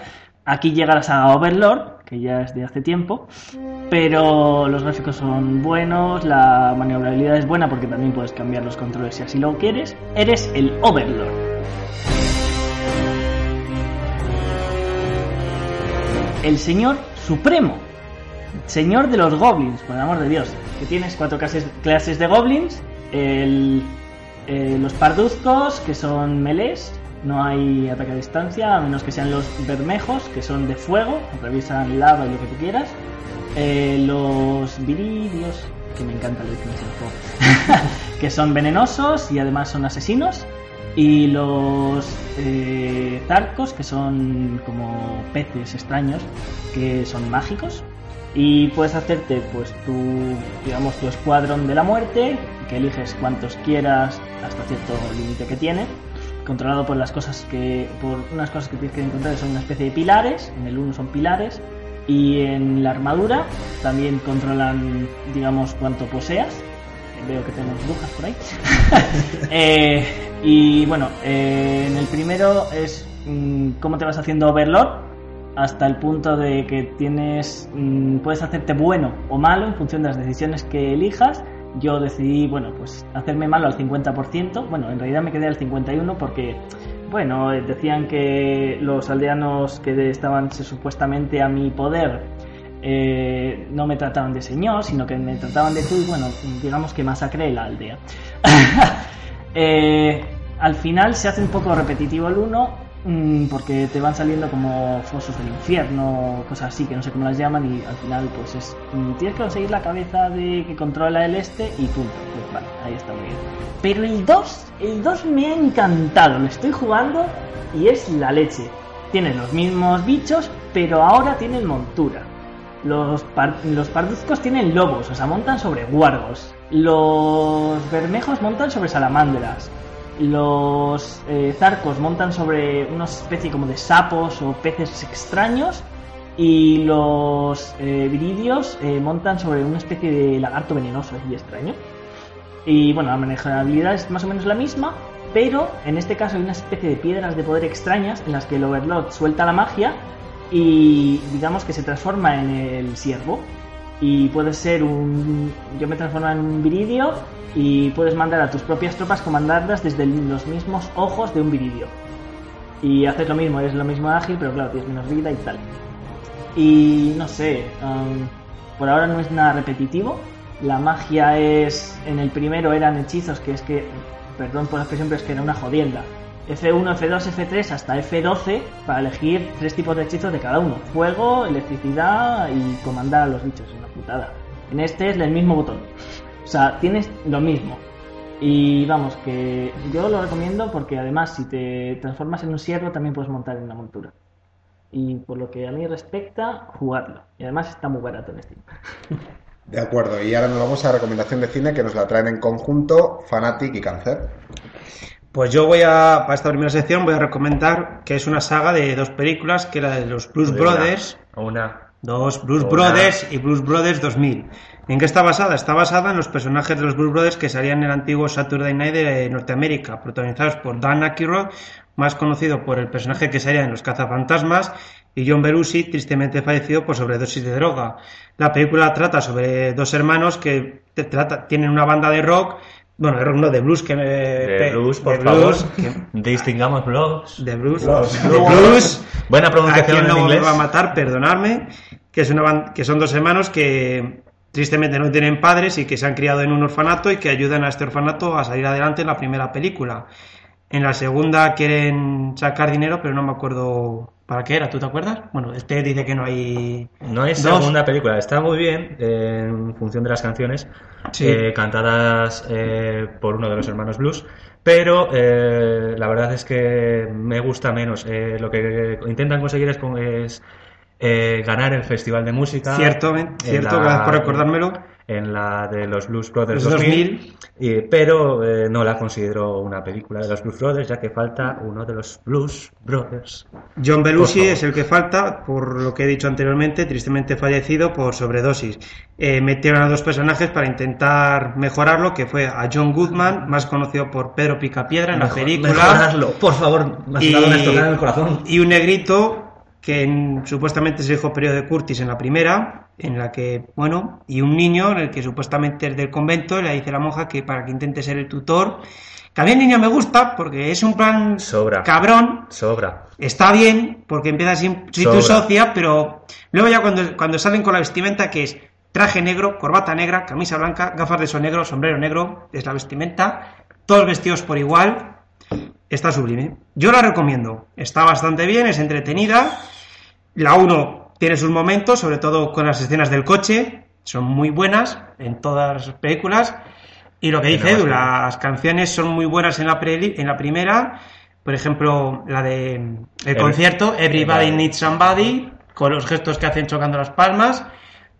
E: Aquí llega la saga Overlord, que ya es de hace tiempo, pero los gráficos son buenos, la maniobrabilidad es buena porque también puedes cambiar los controles si así lo quieres. Eres el Overlord. El señor supremo, Señor de los Goblins, por el amor de Dios. Que tienes cuatro clases, clases de Goblins. el- eh, los parduzcos, que son melés. No hay ataque a distancia, a menos que sean los bermejos, que son de fuego. Atraviesan lava y lo que tú quieras. Eh, los viridios, que me encanta el ritmo de ese juego, [laughs] que son venenosos y además son asesinos. Y los eh, zarcos, que son como peces extraños, que son mágicos y puedes hacerte pues tu digamos tu escuadrón de la muerte que eliges cuantos quieras hasta cierto límite que tiene controlado por las cosas que por unas cosas que tienes que encontrar que son una especie de pilares en el 1 son pilares y en la armadura también controlan digamos cuánto poseas veo que tenemos brujas por ahí [laughs] Eh, y bueno eh, en el primero es mm, cómo te vas haciendo overlord hasta el punto de que tienes mm, puedes hacerte bueno o malo en función de las decisiones que elijas. Yo decidí, bueno, pues hacerme malo al 50%. Bueno, en realidad me quedé al 51 porque bueno, eh, decían que los aldeanos que de- estaban se- supuestamente a mi poder eh, no me trataban de señor, sino que me trataban de tú y bueno, digamos que masacré la aldea. [laughs] Eh, al final se hace un poco repetitivo el 1 mm, porque te van saliendo como fosos del infierno, cosas así que no sé cómo las llaman y al final pues es mm, tienes que conseguir la cabeza de que controla el este y punto. Pues vale, ahí está muy bien. Pero el 2, el 2 me ha encantado, lo estoy jugando y es la leche. Tiene los mismos bichos, pero ahora tienen montura. Los, par- los parduzcos tienen lobos, o sea, montan sobre guargos. Los bermejos montan sobre salamandras. Los eh, zarcos montan sobre una especie como de sapos o peces extraños. Y los eh, viridios eh, montan sobre una especie de lagarto venenoso y extraño. Y bueno, la manejabilidad es más o menos la misma, pero en este caso hay una especie de piedras de poder extrañas en las que el Overlord suelta la magia y digamos que se transforma en el siervo. Y puedes ser un. Yo me transformo en un viridio y puedes mandar a tus propias tropas comandarlas desde los mismos ojos de un viridio. Y haces lo mismo, eres lo mismo ágil, pero claro, tienes menos vida y tal. Y no sé, am, por ahora no es nada repetitivo. La magia es. En el primero eran hechizos, que es que. Perdón por la expresión, pero es que era una jodienda. F1, F2, F3 hasta F12 para elegir tres tipos de hechizos de cada uno: fuego, electricidad y comandar a los bichos. Es una putada. En este es el mismo botón. O sea, tienes lo mismo. Y vamos, que yo lo recomiendo porque además, si te transformas en un siervo, también puedes montar en una montura. Y por lo que a mí respecta, jugarlo. Y además está muy barato en Steam.
A: De acuerdo, y ahora nos vamos a recomendación de cine que nos la traen en conjunto Fanatic y Cáncer.
B: Pues yo voy a, para esta primera sección, voy a recomendar que es una saga de dos películas, que era de los Blues
D: Una,
B: Brothers,
D: Una.
B: dos Blues
D: Hola.
B: Brothers y Blues Brothers 2000. ¿En qué está basada? Está basada en los personajes de los Blues Brothers que salían en el antiguo Saturday Night de Norteamérica, protagonizados por Dan Aykroyd, más conocido por el personaje que salía en Los Cazafantasmas, y John Belushi, tristemente fallecido por sobredosis de droga. La película trata sobre dos hermanos que te- trata- tienen una banda de rock, bueno, de rock no, de blues que me...
D: De
B: pe-
D: Bruce, por
B: de
D: favor.
B: blues,
D: Distingamos blogs.
B: de Blues.
A: Blues.
B: De Blues.
D: Buena
B: A quien
D: pronunciación en
B: no me
D: inglés.
B: va a matar, perdonadme. Que, es una ban- que son dos hermanos que tristemente no tienen padres y que se han criado en un orfanato y que ayudan a este orfanato a salir adelante en la primera película. En la segunda quieren sacar dinero, pero no me acuerdo para qué era. ¿Tú te acuerdas? Bueno, este dice que no hay.
D: No es
B: Dos.
D: segunda película, está muy bien eh, en función de las canciones
B: Sí.
D: eh, cantadas eh, por uno de los hermanos Blues, pero eh, la verdad es que me gusta menos. Eh, lo que intentan conseguir es, con- es, eh, ganar el Festival de Música.
B: Cierto, ¿eh?
D: en
B: cierto,
D: la-
B: gracias por recordármelo.
D: en la de los Blues Brothers
B: Los
D: 2000, y- pero eh, no la considero una película de los Blues Brothers, ya que falta uno de los Blues Brothers.
B: John
D: Por
B: Belushi
D: favor.
B: es el que falta, por lo que he dicho anteriormente, tristemente fallecido por sobredosis. Eh, metieron a dos personajes para intentar mejorarlo, que fue a John Goodman, más conocido por Pedro Picapiedra en la
D: Mejor-
B: película,
D: mejorarlo, por favor, me has dado una estocada en el corazón.
B: y un negrito que en- supuestamente es el hijo periodo de Curtis en la primera, en la que, bueno, y un niño en el que supuestamente es del convento, y le dice la monja que para que intente ser el tutor, que a mí el niño me gusta porque es un plan
D: Sobra.
B: cabrón,
D: Sobra.
B: está bien, porque empieza así, si
D: Sobra.
B: tu socia, pero luego ya cuando, cuando salen con la vestimenta que es traje negro, corbata negra, camisa blanca, gafas de sol negro, sombrero negro, es la vestimenta, todos vestidos por igual, está sublime. Yo la recomiendo, está bastante bien, es entretenida, la 1 tiene sus momentos, sobre todo con las escenas del coche, son muy buenas en todas las películas. Y lo que dice Edu, las canciones son muy buenas en la, preli- en la primera. Por ejemplo, la de el concierto, Everybody Needs Somebody, con los gestos que hacen chocando las palmas.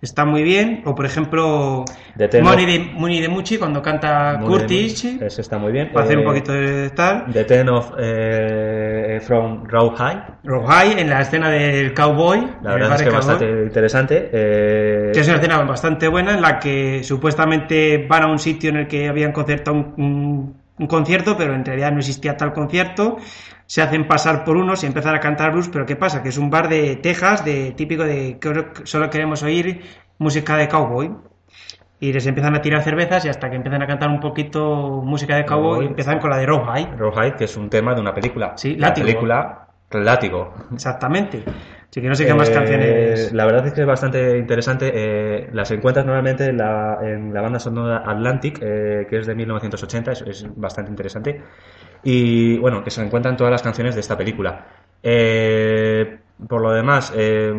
B: Está muy bien. O por ejemplo,
D: De Telo.
B: Money de, Money de Muchi cuando canta
D: Muy
B: Ah, Curtis.
D: bien, Eso está muy bien.
B: Para hacer un
D: Eh,
B: poquito de tal.
D: The Ten of eh, From Row High.
B: Rock High en la escena del cowboy. en
D: La
B: el
D: verdad
B: bar
D: es
B: de
D: que
B: cowboy.
D: bastante interesante. eh,
B: que es una escena bastante buena en la que supuestamente van a un sitio en el que habían concertado un, un- un concierto, pero en realidad no existía tal concierto. Se hacen pasar por unos y empiezan a cantar blues, pero ¿qué pasa? Que es un bar de Texas, de típico de que solo queremos oír música de cowboy. Y les empiezan a tirar cervezas y hasta que empiezan a cantar un poquito música de cowboy,
D: Cowboy.
B: empiezan con la de Rawhide.
D: Rawhide, que es un tema de una película.
B: Sí,
D: la
B: Látigo.
D: película Látigo.
B: Exactamente. Así que no sé qué más
D: Eh,
B: canciones.
D: La verdad es que es bastante interesante. eh, las encuentras normalmente en la, en la banda sonora Atlantic, eh, que es de 1980, es, es bastante interesante. Y bueno, que se encuentran todas las canciones de esta película. Eh, por lo demás, eh,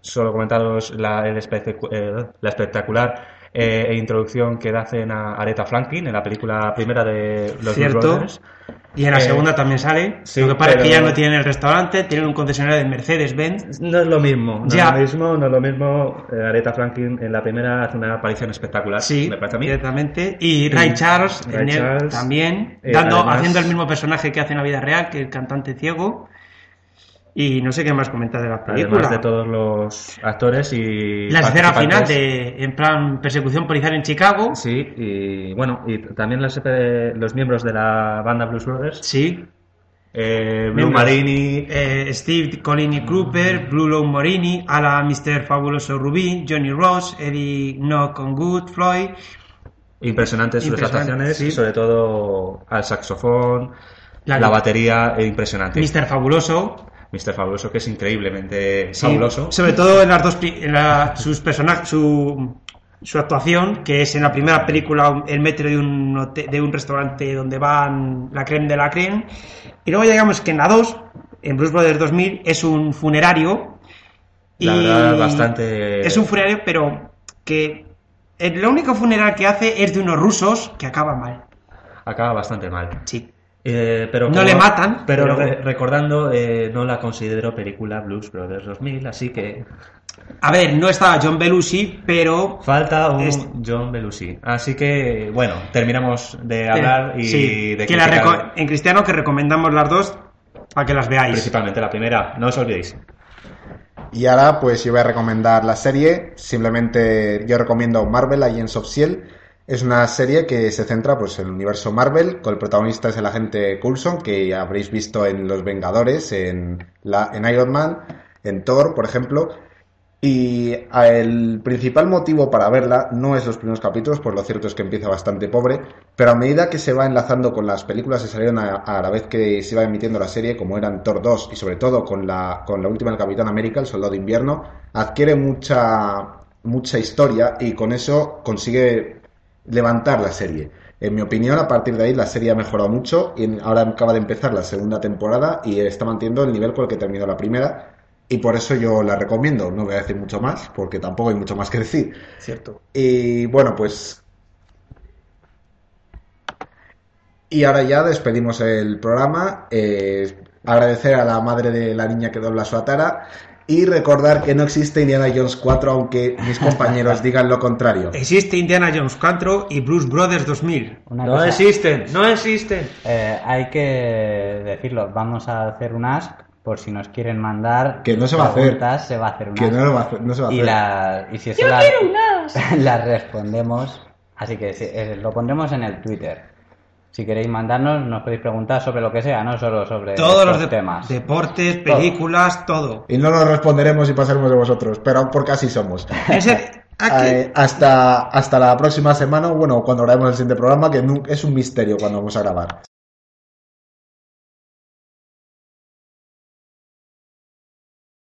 D: solo comentaros la, el especu- eh, la espectacular eh, e introducción que hacen a Aretha Franklin en la película primera de los Blues
B: Cierto.
D: Brothers.
B: Y en la
D: eh,
B: segunda también sale.
D: sí,
B: lo que pasa es que
D: pero-
B: ya no tienen el restaurante, tienen un concesionario de Mercedes-Benz.
D: No es lo mismo, no
B: Ya.
D: es lo mismo, no es lo mismo. Eh, Aretha Franklin en la primera hace una aparición espectacular,
B: Sí,
D: me parece a mí.
B: directamente. Y Ray Charles,
D: Ray
B: en él
D: Charles,
B: también,
D: eh,
B: dando,
D: además-
B: haciendo el mismo personaje que hace en la vida real, que el cantante ciego. Y no sé qué más comentar de la película.
D: Además de todos los actores y
B: la escena final
D: participantes.
B: de, en plan, persecución policial en Chicago. Sí.
D: Sí, y bueno, y también los, eh, los miembros de la banda Blues Brothers, eh, Blue
B: Miembros.
D: Marini,
B: Eh, Steve Colini Cooper, Blue Low Morini, Ala Mr. Fabuloso Rubin, Johnny Ross, Eddie No con Good, Floyd,
D: impresionantes sus
B: Impresionante,
D: actuaciones,
B: sí.
D: sobre todo al saxofón,
B: La-
D: la, batería, eh, impresionante.
B: Mr. Fabuloso,
D: Mr. Fabuloso, que es increíblemente
B: Sí,
D: fabuloso.
B: Sobre todo en las dos pri- en la- sus personajes, su, su actuación, que es en la primera película el metro de un hote- de un restaurante donde van la creme de la creme. Y luego llegamos que en la 2, en Bruce Brothers 2000, es un funerario.
D: La verdad, bastante-
B: Es un funerario, pero que el, lo único funeral que hace es de unos rusos que acaba mal.
D: Acaba bastante mal.
B: Sí.
D: Eh, pero
B: No le matan,
D: Pero,
B: pero-
D: re- recordando, eh, no la considero película Blues Brothers 2000, así que
B: A ver, no estaba John Belushi, pero
D: falta un
B: Es-
D: John Belushi. Así que, bueno, terminamos de hablar y
B: Eh, Sí,
D: de
B: que la
D: criticar
B: reco- en cristiano que recomendamos las dos para que las veáis.
D: principalmente la primera. No os olvidéis.
A: Y ahora, pues yo voy a recomendar la serie. Simplemente yo recomiendo Marvel Agents of Shield. E Es una serie que se centra pues, en el universo Marvel, con el protagonista es el agente Coulson, que habréis visto en Los Vengadores, en, la, en Iron Man, en Thor, por ejemplo. Y a- el principal motivo para verla no es los primeros capítulos, pues lo cierto es que empieza bastante pobre, pero a medida que se va enlazando con las películas que salieron a, a la vez que se iba emitiendo la serie, como eran Thor 2 y sobre todo con la, con la última del Capitán América, el Soldado de Invierno, adquiere mucha, mucha historia y con eso consigue levantar la serie. En mi opinión, a partir de ahí la serie ha mejorado mucho y en- ahora acaba de empezar la segunda temporada y está manteniendo el nivel con el que terminó la primera y por eso yo la recomiendo. No voy a decir mucho más porque tampoco hay mucho más que decir.
B: Cierto.
A: Y bueno, pues... Y ahora ya despedimos el programa. eh, agradecer a la madre de la niña que dobla su atara Y recordar que no existe Indiana Jones 4, aunque mis compañeros digan lo contrario.
B: Existe Indiana Jones 4 y Blues Brothers 2000.
C: Una
D: No
C: cosa,
D: existen, no existen.
C: eh, hay que decirlo, vamos a hacer un ask por si nos quieren mandar
A: Que no se va a hacer.
C: preguntas, se va a hacer un
A: Que
C: ask.
A: no, lo va a hacer- no se va a
C: y,
A: hacer.
C: la, y si eso la, [laughs] la respondemos, así que sí, eh, lo pondremos en el Twitter. Si queréis mandarnos, nos podéis preguntar sobre lo que sea, no solo sobre
B: Todos los
C: estos
B: de-
C: temas.
B: deportes, películas,
C: [laughs]
B: todo.
A: Y no lo responderemos y pasaremos de vosotros, pero porque así somos.
B: En serio, aquí-
A: Eh, hasta, hasta la próxima semana, bueno, cuando grabemos el siguiente programa, que nu- es un misterio cuando vamos a grabar.